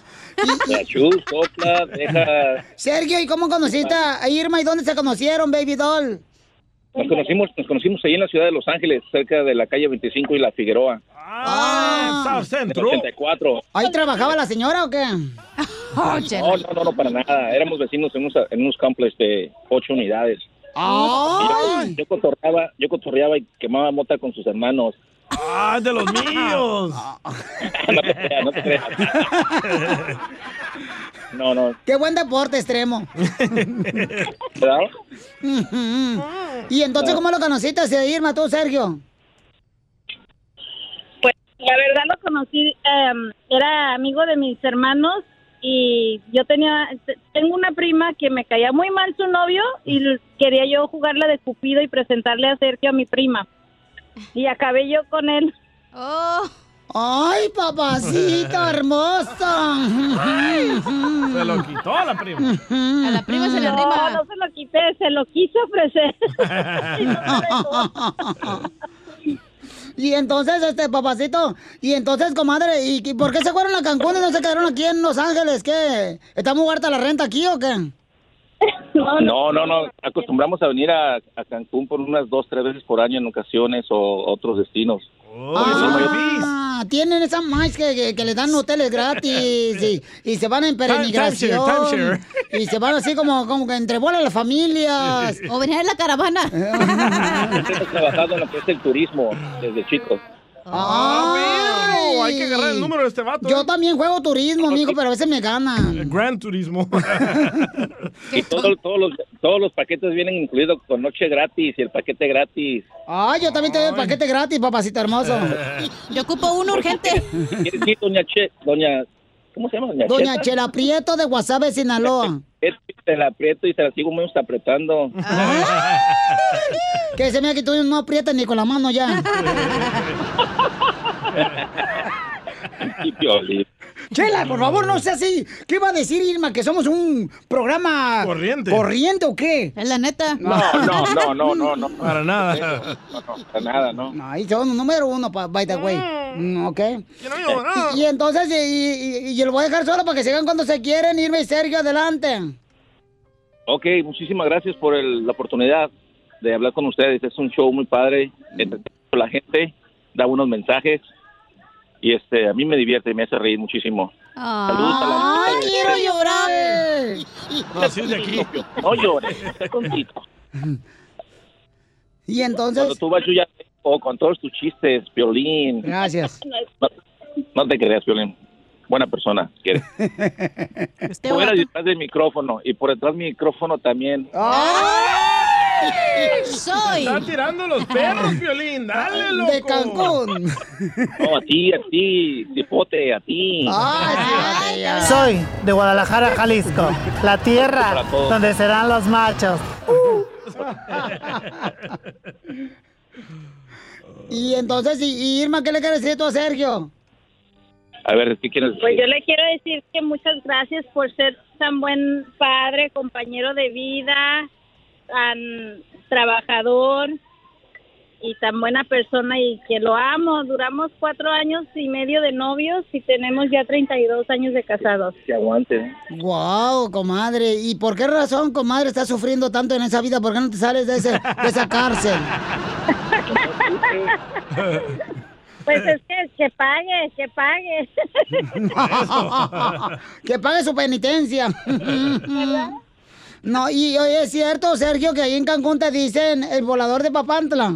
S26: Achú, sopla, deja.
S1: Sergio, ¿y cómo conociste a Irma y dónde se conocieron, baby doll?
S26: Nos conocimos, nos conocimos ahí en la ciudad de Los Ángeles, cerca de la calle 25 y la Figueroa.
S1: Ah,
S26: En el 84.
S1: ¿Ahí trabajaba la señora o qué?
S26: No, no, no, no, para nada. Éramos vecinos en unos, en unos complex de ocho unidades.
S1: Ay.
S26: Y Yo, yo cotorreaba, yo cotorreaba y quemaba mota con sus hermanos.
S5: ¡Ah, es de los míos!
S26: no te creas, no te creas. No, no.
S1: Qué buen deporte extremo.
S26: ¿Verdad?
S1: Ujú. ¿Y entonces cómo lo conociste a Irma tú, Sergio?
S12: Pues la verdad lo conocí, em, era amigo de mis hermanos y yo tenía, te- tengo una prima que me caía muy mal su novio y l- quería yo jugarla de cupido y presentarle a Sergio a mi prima. Y acabé yo con él.
S2: Oh.
S1: ¡Ay, papacito hermoso!
S5: Se lo quitó la prima.
S12: A
S2: la prima se le
S12: no,
S2: arrima.
S12: No, se lo quité, se lo quise ofrecer.
S1: Y entonces, este, papacito, y entonces, comadre, ¿y, y por qué se fueron a Cancún y no se quedaron aquí en Los Ángeles? ¿Qué? ¿Está muy harta la renta aquí o qué?
S26: No, no, no. Acostumbramos a venir a, a Cancún por unas dos, tres veces por año en ocasiones o otros destinos.
S1: Ah, tienen esas más que, que, que les dan hoteles gratis y, y se van en peregrinación.
S26: timeshare,
S1: Y se van así como, como que entre bolas las familias.
S2: O venir en la caravana.
S26: Siempre hemos trabajado en lo que es el turismo desde chicos.
S5: perro! Ah, Hay que agarrar el número de este vato.
S1: Yo también juego turismo, amigo, pero a veces me ganan.
S26: El gran turismo. y todo- todos, los, todos los paquetes vienen incluidos con noche gratis y el paquete gratis.
S1: Ay, yo también te doy el paquete gratis, papacito hermoso.
S2: Yo ocupo uno urgente.
S26: ¿Quieres ir, doña Che? Doña... ¿Cómo se llama? Doña,
S1: Doña
S26: Cheta?
S1: Chela Prieto de Guasave, Sinaloa.
S26: Es que Te la aprieto y te la sigo menos apretando.
S1: Que se me ha quitado no aprieta ni con la mano ya.
S26: Y Piolín.
S1: Chela, por favor, no sea así. ¿Qué va a decir Irma? ¿Que somos un programa corriente, corriente o qué?
S2: Es la neta.
S26: No, no, no, no, no, no. Para nada. No, no, para nada, ¿no?
S1: Ahí son número uno, pa- by the way. Mm, ok. Y, y entonces, y, y- y- y lo voy a dejar solo para que sigan cuando se quieren. Irma y Sergio, adelante.
S26: Ok, muchísimas gracias por el- la oportunidad de hablar con ustedes. Es un show muy padre. entretiene a La gente da unos mensajes y este a mí me divierte y me hace reír muchísimo.
S2: Ay, quiero llorar.
S26: Así de aquí. No llores, no seas tontito.
S1: Y entonces.
S26: Cuando tú vas, yo ya o con todos tus chistes, Piolín.
S1: Gracias.
S26: No te creas, Piolín. Buena persona, si quieres.
S1: Este
S26: Fuera y detrás del micrófono y por detrás del micrófono también.
S2: Soy.
S5: Está tirando los perros, Piolín. Dale, loco.
S1: De Cancún.
S26: No, a ti, a ti, cipote, a ti.
S1: Ah,
S13: Soy de Guadalajara, Jalisco, la tierra
S26: Para todos.
S13: donde serán los machos.
S1: Y entonces, y, y Irma, ¿qué le quieres decir tú a Sergio?
S26: A ver, ¿qué quieres decir?
S12: Pues yo le quiero decir que muchas gracias por ser tan buen padre, compañero de vida, tan trabajador y tan buena persona y que lo amo. Duramos cuatro años y medio de novios y tenemos ya 32 años de casados.
S26: Que aguante. ¿eh?
S1: Wow, comadre. ¿Y por qué razón, comadre, estás sufriendo tanto en esa vida? ¿Por qué no te sales de, ese, de esa cárcel?
S12: Pues es que, que pague, que pague.
S1: que pague su penitencia. no, y oye, es cierto, Sergio, que ahí en Cancún te dicen el volador de Papantla.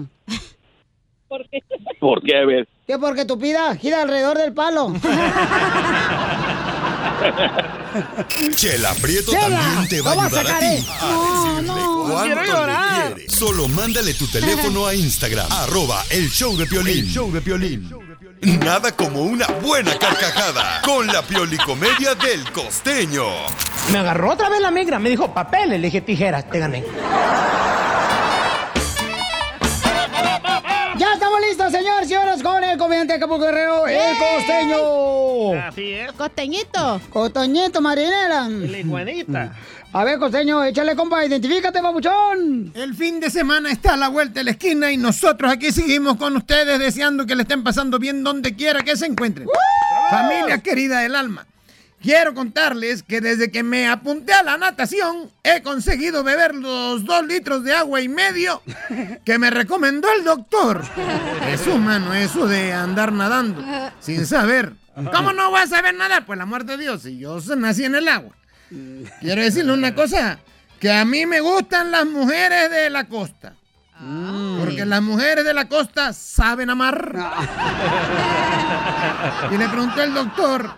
S26: ¿Por qué? A ver.
S1: Que porque tu pida gira alrededor del palo.
S6: Chela Prieto
S22: Chela,
S6: también te va
S22: lo va
S6: a
S22: a
S6: ayudar a
S22: sacar,
S6: ti
S22: eh. No,
S6: a decirle
S22: no,
S6: cuánto
S22: quiero
S6: le
S22: llorar.
S6: quieres. Solo mándale tu teléfono a Instagram, arroba el show de Piolín. show de Nada como una buena carcajada con la piolicomedia del costeño.
S27: Me agarró otra vez la migra, me dijo papeles, le dije tijeras, te gané.
S1: Ya estamos listos, señores y señoras, con el comediante de Acapulco Guerrero, el costeño.
S5: Así es.
S1: Costeñito. Costeñito, marinera.
S5: Liguanita.
S1: A ver, costeño, échale compa, identifícate, babuchón.
S14: El fin de semana está a la vuelta de la esquina y nosotros aquí seguimos con ustedes deseando que le estén pasando bien donde quiera que se encuentren. Familia querida del alma, quiero contarles que desde que me apunté a la natación he conseguido beber los dos litros de agua y medio que me recomendó el doctor. Es humano eso de andar nadando sin saber. ¿Cómo no voy a saber nadar? Pues la muerte de Dios, si yo nací en el agua. Quiero decirle una cosa, que a mí me gustan las mujeres de la costa. Porque las mujeres de la costa saben amar. Y le preguntó el doctor,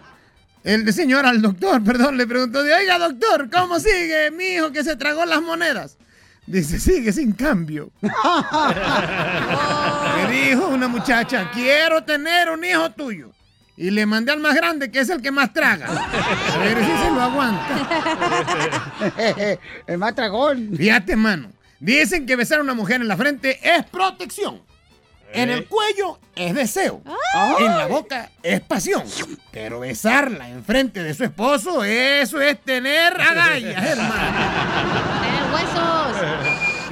S14: el señor al doctor, perdón, le preguntó, de, oiga doctor, ¿cómo sigue mi hijo que se tragó las monedas? Dice, sigue sin cambio. Me dijo una muchacha, quiero tener un hijo tuyo. Y le mandé al más grande, que es el que más traga. A ver si se lo aguanta.
S1: el más tragón.
S14: Fíjate, mano. Dicen que besar a una mujer en la frente es protección. En el cuello es deseo.
S1: Ah.
S14: En la boca es pasión. Pero besarla en frente de su esposo, eso es tener agallas, hermano.
S28: Tener huesos.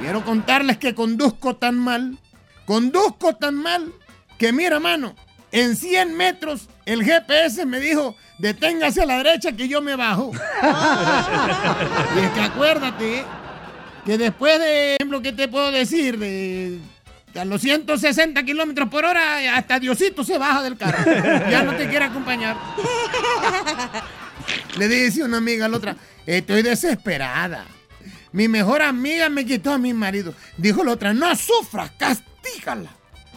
S14: Quiero contarles que conduzco tan mal, conduzco tan mal, que mira, mano, en 100 metros el GPS me dijo, deténgase a la derecha que yo me bajo. y es que acuérdate que después de, ejemplo, ¿qué te puedo decir? De, a los 160 kilómetros por hora, hasta Diosito se baja del carro. Ya no te quiere acompañar. Le dice una amiga a la otra, estoy desesperada. Mi mejor amiga me quitó a mi marido. Dijo la otra, no sufras, castígala.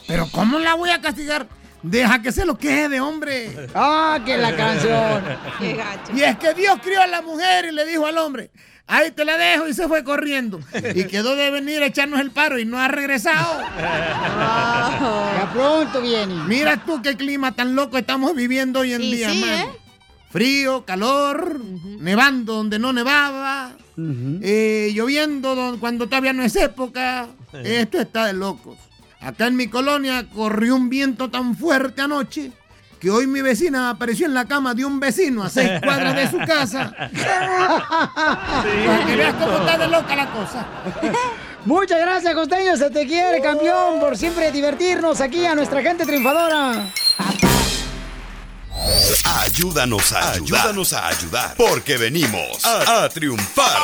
S14: Pero ¿cómo la voy a castigar? Deja que se lo quede, hombre.
S1: Ah, que la canción.
S22: Qué gacho.
S14: Y es que Dios crió a la mujer y le dijo al hombre, ahí te la dejo y se fue corriendo. Y quedó de venir a echarnos el paro y no ha regresado.
S1: Ya pronto viene.
S14: Mira tú qué clima tan loco estamos viviendo hoy en
S22: Y
S14: día,
S22: sí,
S14: mano.
S22: ¿eh?
S14: Frío, calor, nevando donde no nevaba, eh, lloviendo don- cuando todavía no es época. Esto está de locos. Acá en mi colonia corrió un viento tan fuerte anoche que hoy mi vecina apareció en la cama de un vecino a seis cuadras de su casa. Para que veas cómo está de loca la cosa.
S1: Muchas gracias, costeño. Se te quiere, campeón, por siempre divertirnos aquí a nuestra gente triunfadora.
S6: Ayúdanos a ayudar. Ayúdanos a ayudar. Porque venimos a, a triunfar.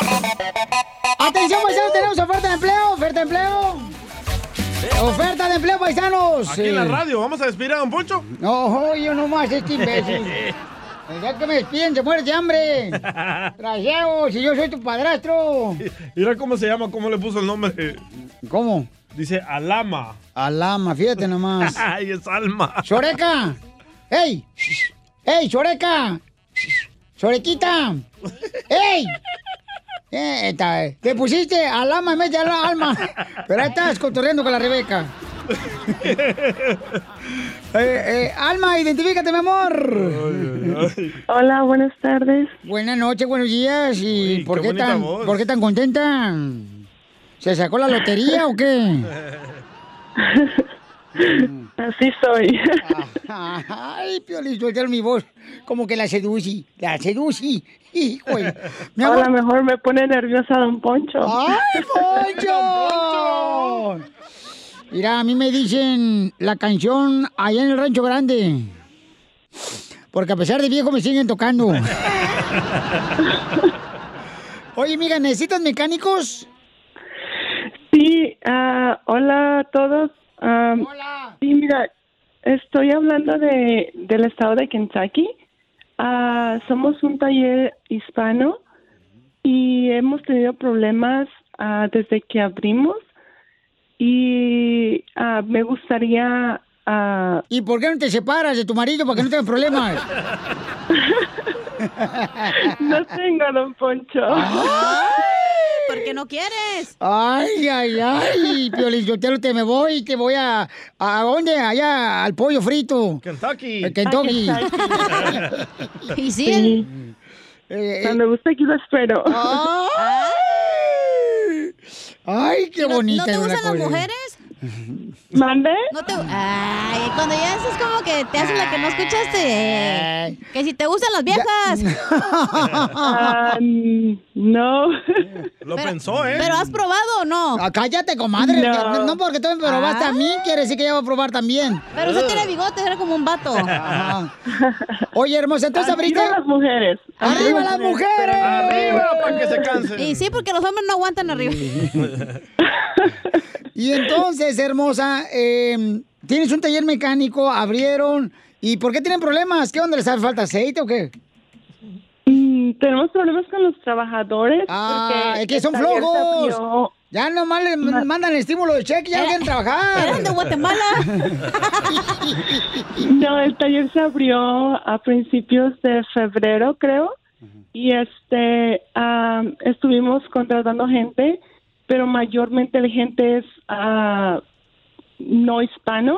S1: Atención, paisanos, tenemos oferta de empleo, oferta de empleo. Oferta de empleo, paisanos.
S5: Aquí en la
S1: Eh,
S5: radio, ¿vamos a despedir a Don Poncho?
S1: No, yo nomás, este imbécil. Ya que me despiden, se muere de hambre. Trajeo, si yo soy tu padrastro.
S5: Mira cómo se llama, cómo le puso el nombre.
S1: ¿Cómo?
S5: Dice Alama.
S1: Alama, fíjate nomás.
S5: Ay, es Alma.
S1: ¡Choreca! ¡Ey! ¡Ey, Choreca! ¡Chorequita! ¡Ey! Eh, ta- te pusiste alama en vez de ala- alma. Pero ahí estás cotorreando con la Rebeca. Eh, eh, alma, identifícate, mi amor.
S11: Hola, buenas tardes.
S1: Buenas noches, buenos días. ¿Y por, qué tan, por qué tan contenta? ¿Se sacó la lotería o qué?
S11: Así soy.
S1: Ay, Piolín, suelta mi voz. Como que la seducí, la seducí. Hijo, de- mi
S11: A
S1: amor.
S11: lo mejor me pone nerviosa Don Poncho.
S1: ¡Ay, Poncho! Mira, a mí me dicen la canción allá en el Rancho Grande. Porque a pesar de viejo me siguen tocando. Oye, mira, ¿necesitas mecánicos?
S11: Sí, ah, hola a todos. hola. Sí, mira, estoy hablando de, del estado de Kentucky. Ah, somos un taller hispano y hemos tenido problemas ah, desde que abrimos y ah, me gustaría... ah,
S1: ¿Y por qué no te separas de tu marido para que no tengas problemas?
S11: No tengo, don Poncho.
S2: Porque no quieres.
S1: Ay, ay, ay, Piolín, yo te, te me voy, te voy a... ¿A dónde? Allá, al pollo frito.
S5: Kentucky.
S1: Eh, Kentucky.
S5: A
S1: ¿Y sí? Eh,
S11: Cuando guste aquí lo espero.
S22: Ah.
S1: Ay, Ay, qué bonita.
S2: ¿No te
S1: Lola
S2: gustan las
S1: Cortés.
S2: mujeres?
S11: ¿Mande?
S2: No te... Ay, cuando ya es como que te haces la que no escuchaste. Que si te gustan las viejas.
S11: Ah, no.
S5: Lo pensó, ¿eh?
S2: Pero has probado o no?
S1: Ah, cállate, comadre.
S2: No.
S1: que- No, porque tú me probaste a mí, quiere decir que ella va a probar también.
S2: Pero usted tiene bigote, era como un vato.
S1: Ajá. Oye, hermosa, entonces abriste.
S2: Arriba las
S11: mujeres.
S1: ¡Arriba las mujeres!
S5: Arriba, para que se cansen.
S2: Y sí, porque los hombres no aguantan arriba.
S1: Y entonces, hermosa, eh, tienes un taller mecánico, abrieron. ¿Y por qué tienen problemas? ¿Qué onda? ¿Les hace falta aceite o qué?
S11: Mm, Tenemos problemas con los trabajadores.
S1: Ah,
S11: porque
S1: es que son
S11: el taller se
S1: flojos.
S11: abrió-
S1: Ya nomás les mandan el estímulo de cheque,
S2: Eh,
S1: ya
S11: Era-
S1: quieren trabajar.
S11: eran eh, de
S1: Guatemala.
S11: No, el taller se abrió a principios de febrero, creo, y este am, estuvimos contratando gente, pero mayormente la gente es ah, no hispano,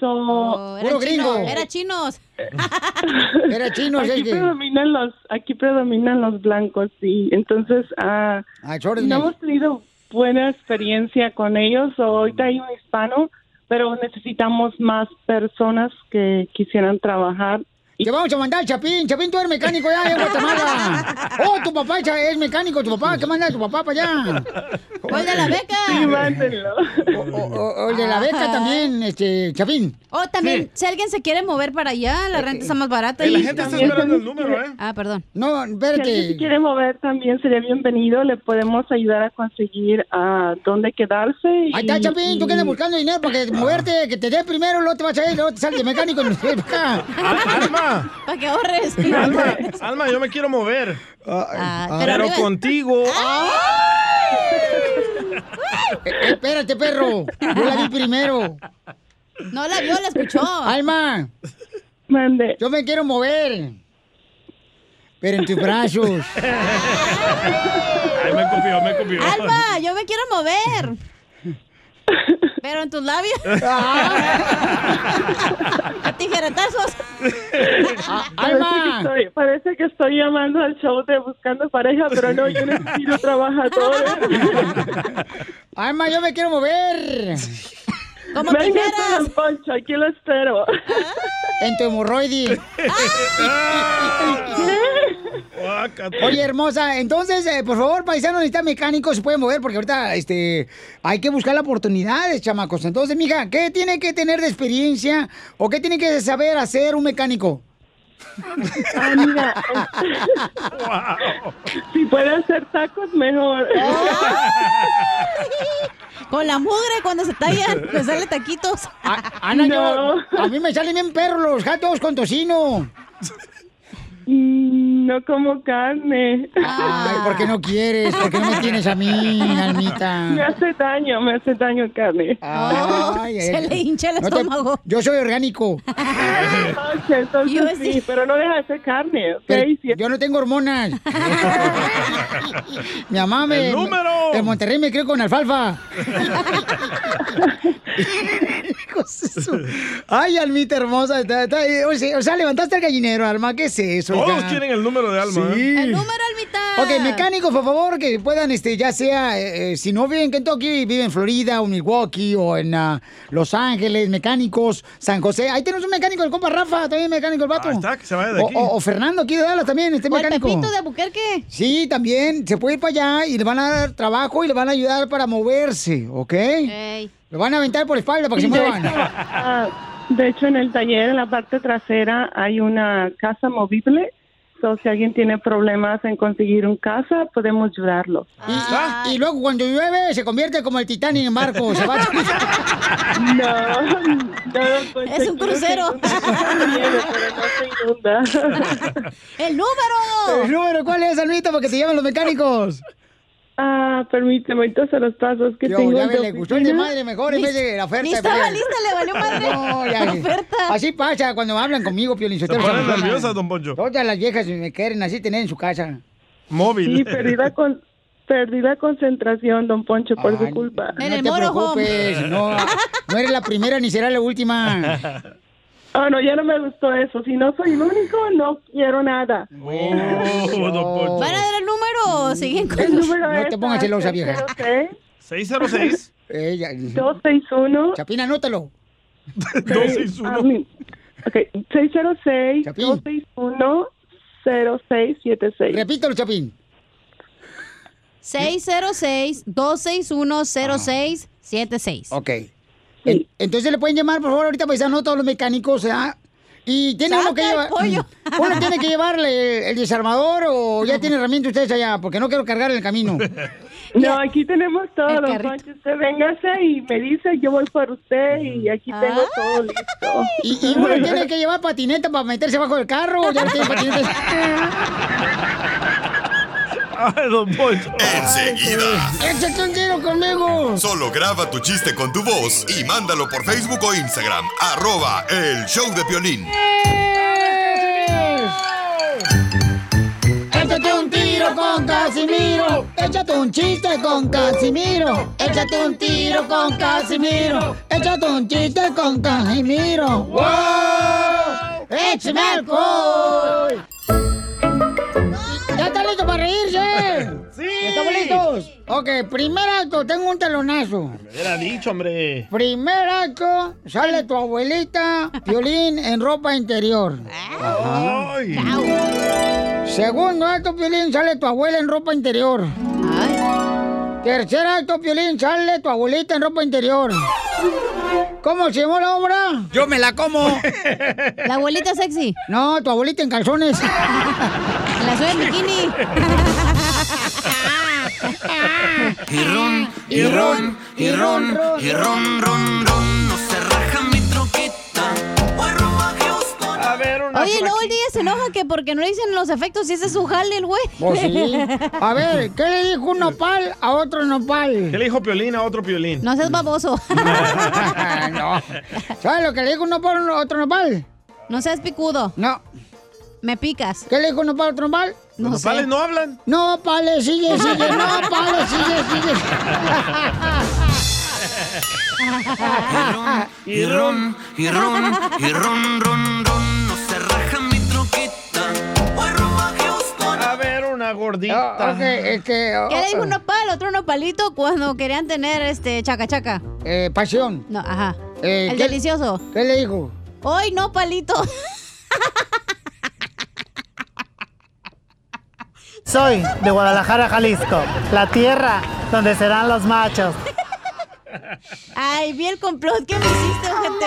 S11: so
S2: Era chino, era Oh, chinos.
S1: Era
S11: aquí predominan los aquí predominan los blancos y entonces ah,
S1: Jordan.
S11: no hemos tenido buena experiencia con ellos o ahorita hay un hispano pero necesitamos más personas que quisieran trabajar
S1: Te vamos a mandar al Chapín. Chapín, tú eres mecánico ya en Guatemala. Oh, tu papá ya es mecánico, tu papá. ¿Qué manda tu papá para allá?
S2: O el de la beca.
S11: Sí, mándenlo.
S1: O, o el de la beca
S2: Ajá.
S1: también, este, Chapín.
S2: O también, si alguien se quiere mover para allá, la renta está más barata.
S11: Y la
S2: y-
S11: gente está esperando el número, ¿eh?
S2: Ah, perdón.
S1: No,
S11: Si alguien se quiere mover también sería bienvenido, le podemos ayudar a conseguir a dónde quedarse. y-
S1: Ahí está, Chapín, tú que andas buscando dinero para que moverte, que te dé primero, luego te vas a ir, luego te sales de mecánico y te acá.
S5: Alma,
S2: Para que ahorres. Ah,
S5: Alma, Alma, yo me quiero mover.
S1: pero
S5: pero
S1: arriba-
S5: contigo.
S1: Ah, Eh, Espérate, perro. Yo la vi primero.
S2: No la vio, la escuchó.
S1: Alma.
S11: Mande.
S1: Yo me quiero mover. Pero en tus brazos.
S5: Ay, me copió, me copió.
S2: Alba, yo me quiero mover. Pero en tus labios. A tijeretazos.
S1: Ah,
S11: Ah, Parece que, estoy, parece que estoy llamando al show de Buscando Pareja, pero no, yo necesito trabajadores.
S1: Alma, yo me quiero mover.
S2: Como
S11: Venga, Don Poncho, aquí lo espero.
S1: En tu hemorroide. Oye, hermosa, entonces, eh, por favor, paisano, necesita mecánico, se puede mover, porque ahorita este, hay que buscar las oportunidades, chamacos. Entonces, mija, ¿qué tiene que tener de experiencia o qué tiene que saber hacer un mecánico?
S11: Ah, mira, si puede hacer tacos, mejor.
S1: Ah,
S2: Con la mugre cuando se tallan, me sale taquitos.
S1: Ah, Ana, yo, a mí me salen bien perros los gatos con tocino.
S11: Mm, No como carne.
S1: Ay, ¿por qué no quieres? ¿Por qué no me tienes a mí,
S11: Me
S1: Almita?
S11: hace daño, me hace daño carne.
S1: Ah. Ay, ay, ay. No te- yo soy orgánico.
S11: Ok, entonces sí, pero no deja de ser carne, ¿ok?
S1: Pero yo no tengo hormonas. Mi mamá me...
S11: ¡El número!
S1: En Monterrey me creo con alfalfa. Ay, Almita hermosa. está- está- o, sea, o sea, levantaste el gallinero, Alma. ¿Qué es eso?
S5: Todos
S1: ya?
S5: quieren el número de Alma.
S1: Sí.
S5: ¿eh?
S1: Ok, mecánicos, por favor, que puedan, este, ya sea, eh, eh, si no viven en Kentucky, viven en Florida o Milwaukee o en ah, Los Ángeles, mecánicos, San José. Ahí tenemos un mecánico, el compa Rafa, también mecánico el vato.
S5: Ah, está, que se vaya de
S1: O-
S5: aquí.
S1: O, o Fernando aquí de Dallas también, este
S2: O el
S1: mecánico.
S2: Pepito de Buquerque.
S1: Sí, también, se puede ir para allá y le van a dar trabajo y le van a ayudar para moverse, ¿ok? Lo van a aventar por la espalda para que
S11: Sí,
S1: se
S11: de
S1: muevan.
S11: hecho, ah, de hecho, en el taller, en la parte trasera, hay una casa movible. So, si alguien tiene problemas en conseguir un casa, podemos ayudarlo.
S1: Y, y luego cuando llueve se convierte como el Titanic en barco, se va.
S11: No,
S2: Es un crucero. ¡El número!
S1: El número, ¿cuál es, Almita? Para que se llamen los mecánicos.
S11: Ah, permíteme, ahorita se los pasos que
S1: Yo,
S11: tengo.
S1: ya ve,
S11: de
S1: le gustó el
S11: oficina.
S1: de madre mejor en vez de la oferta.
S2: ni estaba
S1: Piolín.
S2: lista, le valió madre
S1: No, ya
S2: la
S1: sé.
S2: oferta.
S1: Así pasa cuando hablan conmigo, Piolín.
S5: Se ponen nerviosas, don Poncho.
S1: Todas las viejas me quieren así tener en su casa.
S5: Móvil.
S11: Sí, perdida, con, perdida concentración, don Poncho, por su culpa.
S1: no te preocupes, no, no eres la primera ni será la última.
S11: Ah, no, ya no me gustó eso. Si no soy el único, no quiero nada.
S2: ¿Van a dar el número o siguen con
S11: El número
S1: Oh, No te pongas celosa, vieja.
S5: 606.
S1: Ella.
S11: 261.
S1: Chapina, anótalo.
S11: 261. Ok, 606 261 0676.
S1: Repítelo, Chapín.
S2: 606-261-0676.
S1: Ok. En- Entonces le pueden llamar, por favor, ahorita paisano, todos los mecánicos, ¿ah? Y tiene uno que llevar. Uno tiene que llevarle el desarmador o ya tiene herramientas ustedes allá, porque no quiero cargar en el camino.
S11: No, aquí tenemos todo,
S1: El
S11: don
S1: carrito.
S11: Poncho. Usted véngase y me dice, yo voy por usted y aquí tengo
S1: Ah.
S11: todo listo.
S1: Mm. Y, y uno tiene que llevar patineta para meterse abajo del carro. Ya no tiene patineta.
S5: Ay, don Poncho.
S6: Enseguida.
S1: ¡Échate un tiro conmigo!
S6: Solo graba tu chiste con tu voz y mándalo por Facebook o Instagram. Arroba el show de violín.
S1: Échate un tiro con Casimiro. Échate un chiste con Casimiro. Échate un tiro con Casimiro. Échate un chiste con Casimiro. ¡Wow! ¡Échame alcohol! ¿Ya está listo para reírse?
S5: ¡Sí!
S1: ¿Estamos listos? Ok, primer acto, tengo un telonazo.
S5: Era dicho, hombre.
S1: Primer acto, sale tu abuelita, violín en ropa interior. Ajá. Segundo acto, violín, sale tu abuela en ropa interior. Tercer acto, violín, sale tu abuelita en ropa interior. ¿Cómo se llamó la obra?
S15: Yo me la como.
S1: ¿La abuelita sexy? No, tu abuelita en calzones. la suya en bikini.
S16: Y ron, y ron, y ron, y ron, ron, ron. No se raja mi troquita.
S5: A ver, una
S2: Oye, luego el
S5: fraquita.
S2: día se enoja que porque no le dicen los efectos y ese es su jale, el güey.
S1: Pues sí. A ver, ¿qué le dijo un nopal a otro nopal?
S5: ¿Qué le dijo Piolín a otro Piolín?
S2: No seas baboso.
S1: no. ¿Sabes lo que le dijo un nopal a otro nopal?
S2: No seas picudo.
S1: No.
S2: Me picas.
S1: ¿Qué le dijo un nopal a otro nopal?
S2: No
S5: ¿Los nopales no hablan?
S1: No, pales, sigue, sigue, no, pales, sigue, sigue.
S16: Y ron, y ron, y ron, ron, ron. No se raja mi troquita.
S5: A ver, una gordita.
S1: Ah, ok, este,
S2: ¿Qué le dijo un nopal, otro nopalito cuando querían tener este chaca chaca?
S1: Eh, pasión.
S2: No, ajá.
S1: Eh,
S2: el
S1: ¿qué-
S2: delicioso.
S1: ¿Qué le dijo?
S2: Hoy no, palito.
S13: Soy de Guadalajara, Jalisco, la tierra donde serán los machos.
S2: Ay, vi el complot que me hiciste, ojete.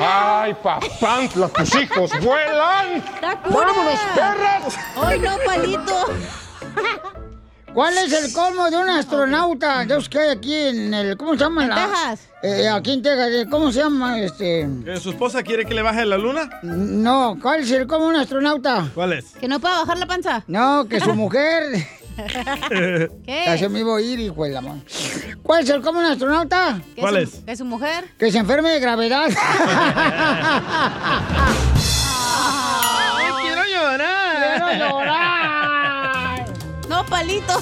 S16: Ay, papán, tus hijos vuelan.
S2: ¡Vámonos,
S16: perras!
S2: Hoy no, palito.
S1: ¿Cuál es el colmo de un astronauta? De los que hay aquí en el. ¿Cómo se llama?
S5: En
S1: la-
S5: Texas.
S1: Eh, aquí en Texas. eh, ¿Cómo se llama? Este.
S5: Eh, ¿Su esposa quiere que le baje la luna?
S1: No, ¿cuál es el colmo de un astronauta?
S5: ¿Cuál es?
S2: Que no pueda bajar la panza.
S1: No, que su mujer. Así me iba a ir, hijo de la madre. ¿Cuál es el colmo de un astronauta?
S2: Que su- Que su mujer.
S1: Que se enferme de gravedad.
S2: Ay,
S5: quiero llorar.
S2: Quiero llorar. No, palito.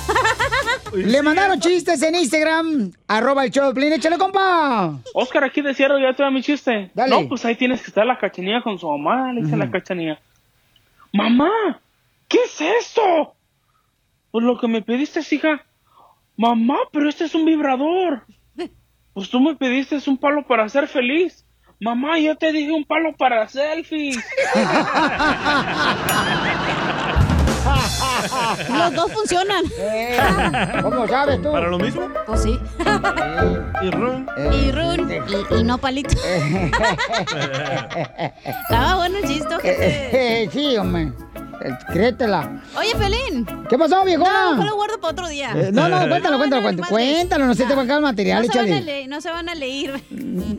S1: Le mandaron chistes en Instagram. Arroba el show de Piolín. Échale, compa.
S8: Oscar, aquí de cierre, ya te da mi chiste.
S1: Dale.
S8: No, pues ahí tienes que estar la cachanilla con su mamá, le dice la cachanilla. Mamá, ¿qué es esto? Pues lo que me pediste, hija. Mamá, pero este es un vibrador. Pues tú me pediste un palo para ser feliz. Mamá, yo te dije un palo para selfies.
S2: Los dos funcionan.
S1: Eh. ¿Cómo sabes tú?
S5: ¿Para lo mismo?
S2: Pues sí.
S5: Y ron.
S2: Y run. Y, y no, palito.
S1: Eh. Eh,
S2: Estaba Ah, bueno el chiste, ojete.
S1: sí, hombre. eh, créetela.
S2: Oye, Pelín.
S1: ¿Qué pasó, viejona?
S2: No, mejor lo guardo para otro día.
S1: Eh, no, no, cuéntalo, cuéntalo,
S2: no,
S1: cuéntalo. Cuéntalo, no se te va a caer el
S2: No
S1: material,
S2: se, van a
S1: échale.
S2: leer, no se van a leer. Ah.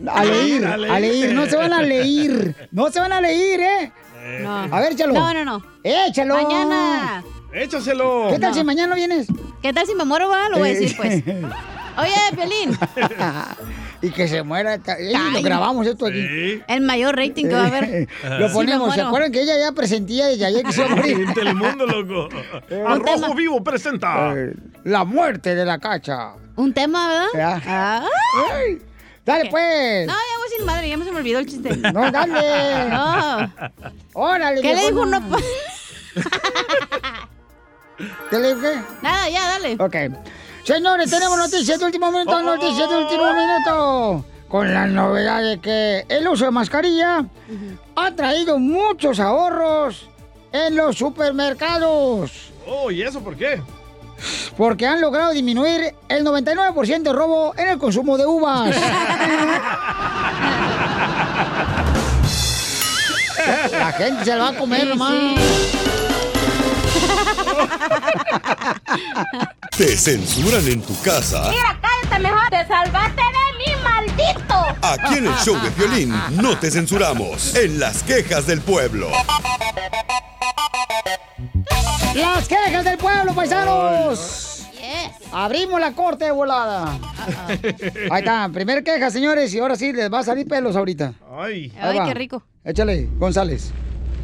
S5: Ah,
S1: A leer, a leer, no se van a leer. No se van a leer, ¿eh?
S2: No.
S1: A ver, échalo.
S2: No, no, no.
S1: Échalo.
S2: Mañana.
S5: Échaselo.
S1: ¿Qué tal si mañana no vienes?
S2: ¿Qué tal si me muero, va? Lo voy a decir,
S1: Eh.
S2: pues. Oye, Pelín.
S1: y que se muera. ta- Ey, lo grabamos esto aquí.
S2: El mayor rating que va a haber.
S1: Lo
S2: Sí,
S1: ponemos.
S2: me
S1: ¿Se
S2: muero.
S1: acuerdan que ella ya presentía desde ayer que se iba a morir?
S5: En Telemundo, loco.
S1: Eh,
S5: Arrojo Vivo presenta.
S1: La muerte de la cacha.
S2: Un tema, ¿verdad? Ah.
S1: Ay. Dale,
S2: Ok.
S1: pues.
S2: No, ya voy sin madre, ya me se me olvidó el chiste.
S1: No, dale.
S2: No.
S1: Órale,
S2: ¿Qué le dijo
S1: viejona.
S2: uno? pa-
S1: ¿Qué le dije?
S2: Nada, Ah, ya, dale.
S1: Ok. Señores, tenemos noticias de último minuto, noticias de último minuto. Con la novedad de que el uso de mascarilla ha traído muchos ahorros en los supermercados.
S5: Oh, ¿y eso por qué?
S1: Porque han logrado disminuir el 99% de robo en el consumo de uvas. La gente se la va a comer, hermano.
S6: Te censuran en tu casa.
S21: cállate mejor. Te salvaste de mí, maldito.
S6: Aquí en el show de violín no te censuramos. En las quejas del pueblo.
S1: Las quejas del pueblo, paisanos. Abrimos la corte de volada. Ahí está, primer queja, señores, y ahora sí les va a salir pelos ahorita.
S5: Ay,
S1: Ahí va. Échale, González.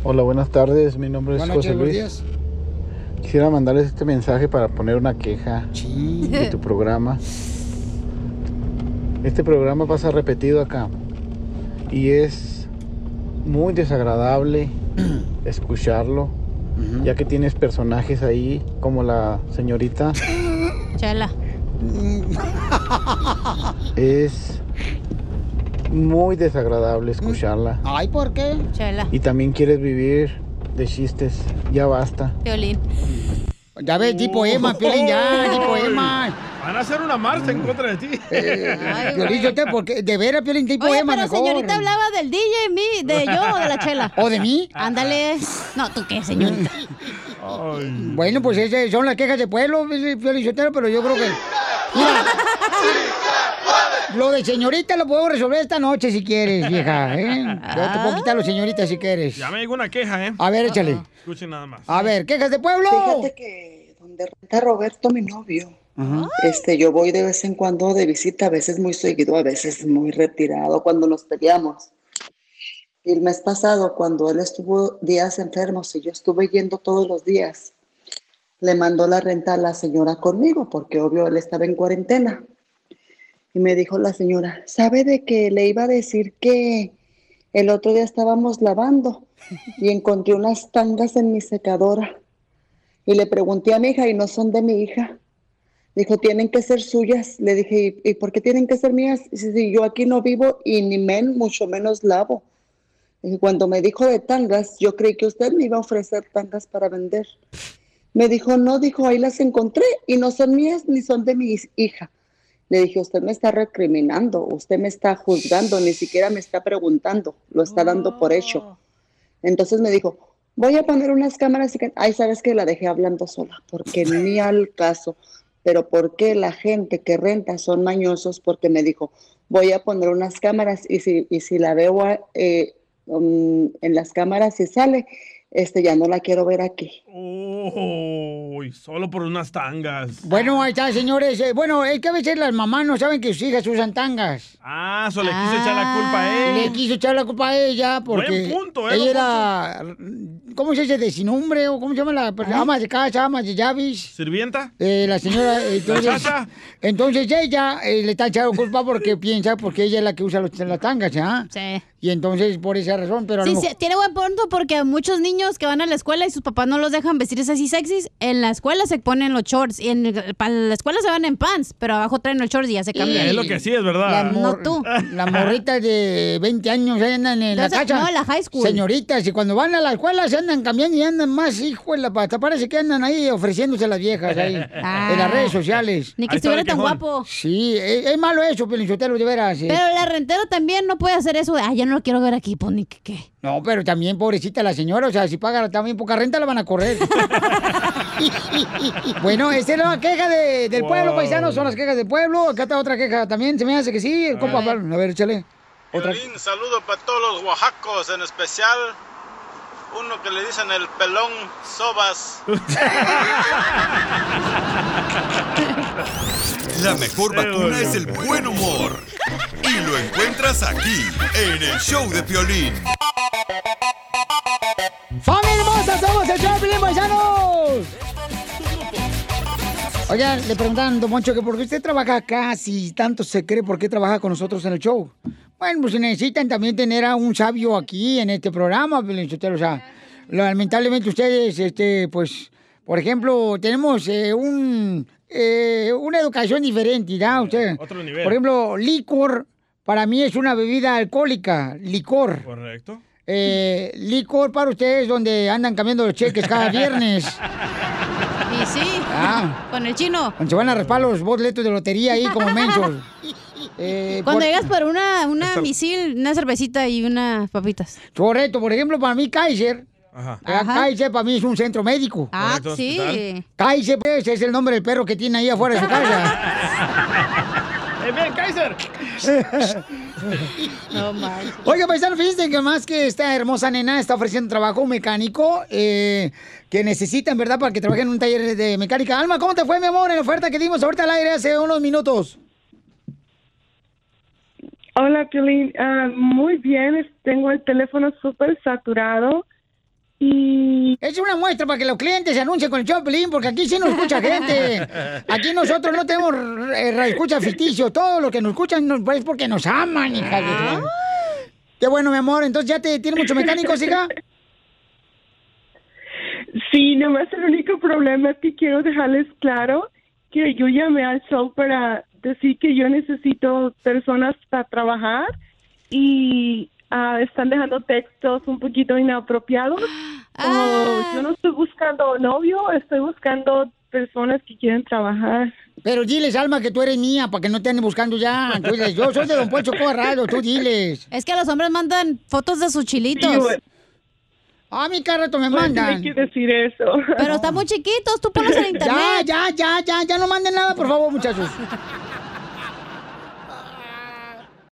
S17: Hola, buenas tardes. Mi nombre es
S1: Buenas
S17: José
S1: noches, buenos
S17: Luis.
S1: días.
S17: Quisiera mandarles este mensaje para poner una queja de tu programa. Este programa pasa repetido acá y es muy desagradable escucharlo, ya que tienes personajes ahí como la señorita.
S2: Chala.
S17: Es muy desagradable escucharla.
S1: Ay, ¿por qué?
S2: Chala.
S17: Y también quieres vivir de chistes. Ya basta.
S2: Violín.
S1: Ya ves, tipo Emma, Piolín, ya, tipo Emma.
S5: Van a hacer una marcha en contra de ti.
S1: eh, Piolín, yo te, porque de veras, Piolín, tipo
S2: Oye,
S1: Emma,
S2: pero
S1: mejor.
S2: señorita hablaba del DJ, mí, de yo o de la chela.
S1: ¿O de mí? Ah.
S2: Ándale. No, ¿tú qué, señorita?
S1: Bueno, pues esas son las quejas de pueblo, pues, Piolín Sotelo, pero yo creo que... Mira, lo de señorita lo podemos resolver esta noche si quieres, vieja, ¿eh? Yo te puedo quitar a los señoritas si quieres.
S5: Ya me llegó una queja, ¿eh?
S1: A ver, échale.
S5: Escuchen nada más.
S1: A ver, quejas de pueblo.
S18: Fíjate que donde renta Roberto, mi novio, este, yo voy de vez en cuando de visita, a veces muy seguido, a veces muy retirado, cuando nos peleamos. Y el mes pasado, cuando él estuvo días enfermos y yo estuve yendo todos los días, le mandó la renta a la señora conmigo, porque obvio él estaba en cuarentena. Y me dijo la señora, ¿sabe de que le iba a decir que el otro día estábamos lavando y encontré unas tangas en mi secadora? Y le pregunté a mi hija y no son de mi hija. Dijo, tienen que ser suyas. Le dije, ¿y, y por qué tienen que ser mías? Dice, "Sí, yo aquí no vivo y ni men, mucho menos lavo. Y cuando me dijo de tangas, yo creí que usted me iba a ofrecer tangas para vender. Me dijo, no, dijo, ahí las encontré y no son mías ni son de mi hija. Le dije, usted me está recriminando, usted me está juzgando, ni siquiera me está preguntando, lo está dando por hecho. Entonces me dijo, voy a poner unas cámaras y que, ay, sabes que la dejé hablando sola, porque ni al caso, pero ¿por qué la gente que renta son mañosos? Porque me dijo, voy a poner unas cámaras y si, y si la veo a- eh, um, en las cámaras y sale, este, ya no la quiero ver aquí.
S5: Uy, solo por unas tangas.
S1: Bueno, ahí está, señores. Eh, Bueno, es que a veces las mamás no saben que sus hijas usan tangas.
S5: Ah, solo le quise echar la culpa a él.
S1: Le quiso echar la culpa a ella porque
S5: Buen punto, ¿eh?
S1: ella
S5: Buen
S1: era, ¿cómo se dice? De sinumbre o cómo se llama la persona? ama de casa, ama de llaves.
S5: ¿Sirvienta?
S1: Eh, la señora,
S5: ¿La
S1: entonces,
S5: chacha?
S1: entonces ella eh, le está echando culpa porque piensa, porque ella es la que usa los- las tangas, ¿ah?
S2: Sí.
S1: Y entonces por esa razón, pero a
S2: Sí,
S1: lo
S2: sí,
S1: mejor-
S2: tiene buen punto porque a muchos niños que van a la escuela y sus papás no los dejan vestirse así sexys, en la escuela se ponen los shorts y en el- para la escuela se van en pants, pero abajo traen los shorts y ya se cambian.
S5: Es lo que sí es, ¿verdad?
S1: Las mor- Las morritas de 20 años ahí andan en
S2: Entonces,
S1: la cacha.
S2: no, la high school.
S1: Señoritas, y cuando van a la escuela se andan cambiando y andan más, hijo de la pata. Parece que andan ahí ofreciéndose a las viejas ahí en las redes sociales.
S2: Ah. Ni que Ahí está el estuviera tan quejón. guapo.
S1: Sí, e, es, es malo eso, Pelinchotelo, de veras. eh.
S2: Pero la rentera también no puede hacer eso de, ah, ya no lo quiero ver aquí, pues ni que qué.
S1: No, pero también, pobrecita la señora, o sea, si paga también poca renta, la van a correr. bueno, esta es la queja de- del pueblo,
S16: Wow.
S1: paisanos, son las quejas del pueblo. Acá está otra queja también, se me hace que sí, el compa Pablo. A ver, échale. Otra.
S3: Piolín, saludo para todos los oaxacos, en especial uno que le dicen el pelón sobas.
S6: La mejor vacuna es el buen humor. Y lo encuentras aquí, en el show de Piolín.
S1: ¡Familia hermosa, somos el show de Piolín, paisanos! Oigan, le preguntan, Don Moncho, que por qué usted trabaja acá, si tanto se cree, ¿por qué trabaja con nosotros en el show? Bueno, pues necesitan también tener a un sabio aquí en este programa, Piolín Sotelo, o sea, lamentablemente ustedes, este, pues, por ejemplo, tenemos eh, un, eh, una educación diferente, ¿ya? Usted,
S5: Eh, otro nivel.
S1: Por ejemplo, licor, para mí es una bebida alcohólica, licor.
S5: Correcto.
S1: Eh, licor para ustedes donde andan cambiando los cheques cada viernes.
S2: Y sí,
S1: Ah.
S2: con el chino.
S1: Cuando se van a raspar los boletos de lotería ahí como mensos. Eh,
S2: Cuando
S1: por-
S2: llegas por una, una
S1: Esta-
S2: misil, una cervecita y unas papitas.
S1: Correcto, por ejemplo, para mí Kaiser.
S5: Ajá.
S1: eh, Kaiser para mí es un centro médico.
S2: Ah, Correcto, sí. hospital.
S1: Kaiser pues, es el nombre del perro que tiene ahí afuera de su casa.
S5: ¡Eh, ven, Kaiser!
S2: No
S1: Oiga, paisano, fíjense que más que esta hermosa nena está ofreciendo trabajo a un mecánico eh, que necesitan, ¿verdad? Para que trabaje en un taller de mecánica. Alma, ¿cómo te fue, mi amor, en la oferta que dimos ahorita al aire hace unos minutos?
S11: Hola, Piolín. Ah, muy bien, es- tengo el teléfono súper saturado y...
S1: Es una muestra para que los clientes se anuncien con el Choplin, porque aquí sí nos escucha gente. Aquí nosotros no tenemos eh, escucha ficticio. Todo lo que nos escuchan no- es porque nos aman, hija de su-
S2: Ah.
S1: Qué bueno, mi amor. Entonces, ¿ya te tiene muchos mecánicos, hija?
S11: Sí, nomás el único problema es que quiero dejarles claro que yo llamé al show para decir que yo necesito personas para trabajar y ah, están dejando textos un poquito inapropiados. Como yo no estoy buscando novio, estoy buscando personas que quieren trabajar.
S1: Pero diles, Alma, que tú eres mía, para que no te anden buscando ya. Tú diles, yo soy de Don Poncho Corrado, tú diles.
S2: Es que los hombres mandan fotos de sus chilitos.
S1: Sí, A mi carro me
S2: Pues,
S1: mandan.
S2: hay que
S11: decir eso.
S2: Pero están muy chiquitos, tú ponlos en internet.
S1: Ya, ya, ya, ya, ya no manden nada, por favor, muchachos.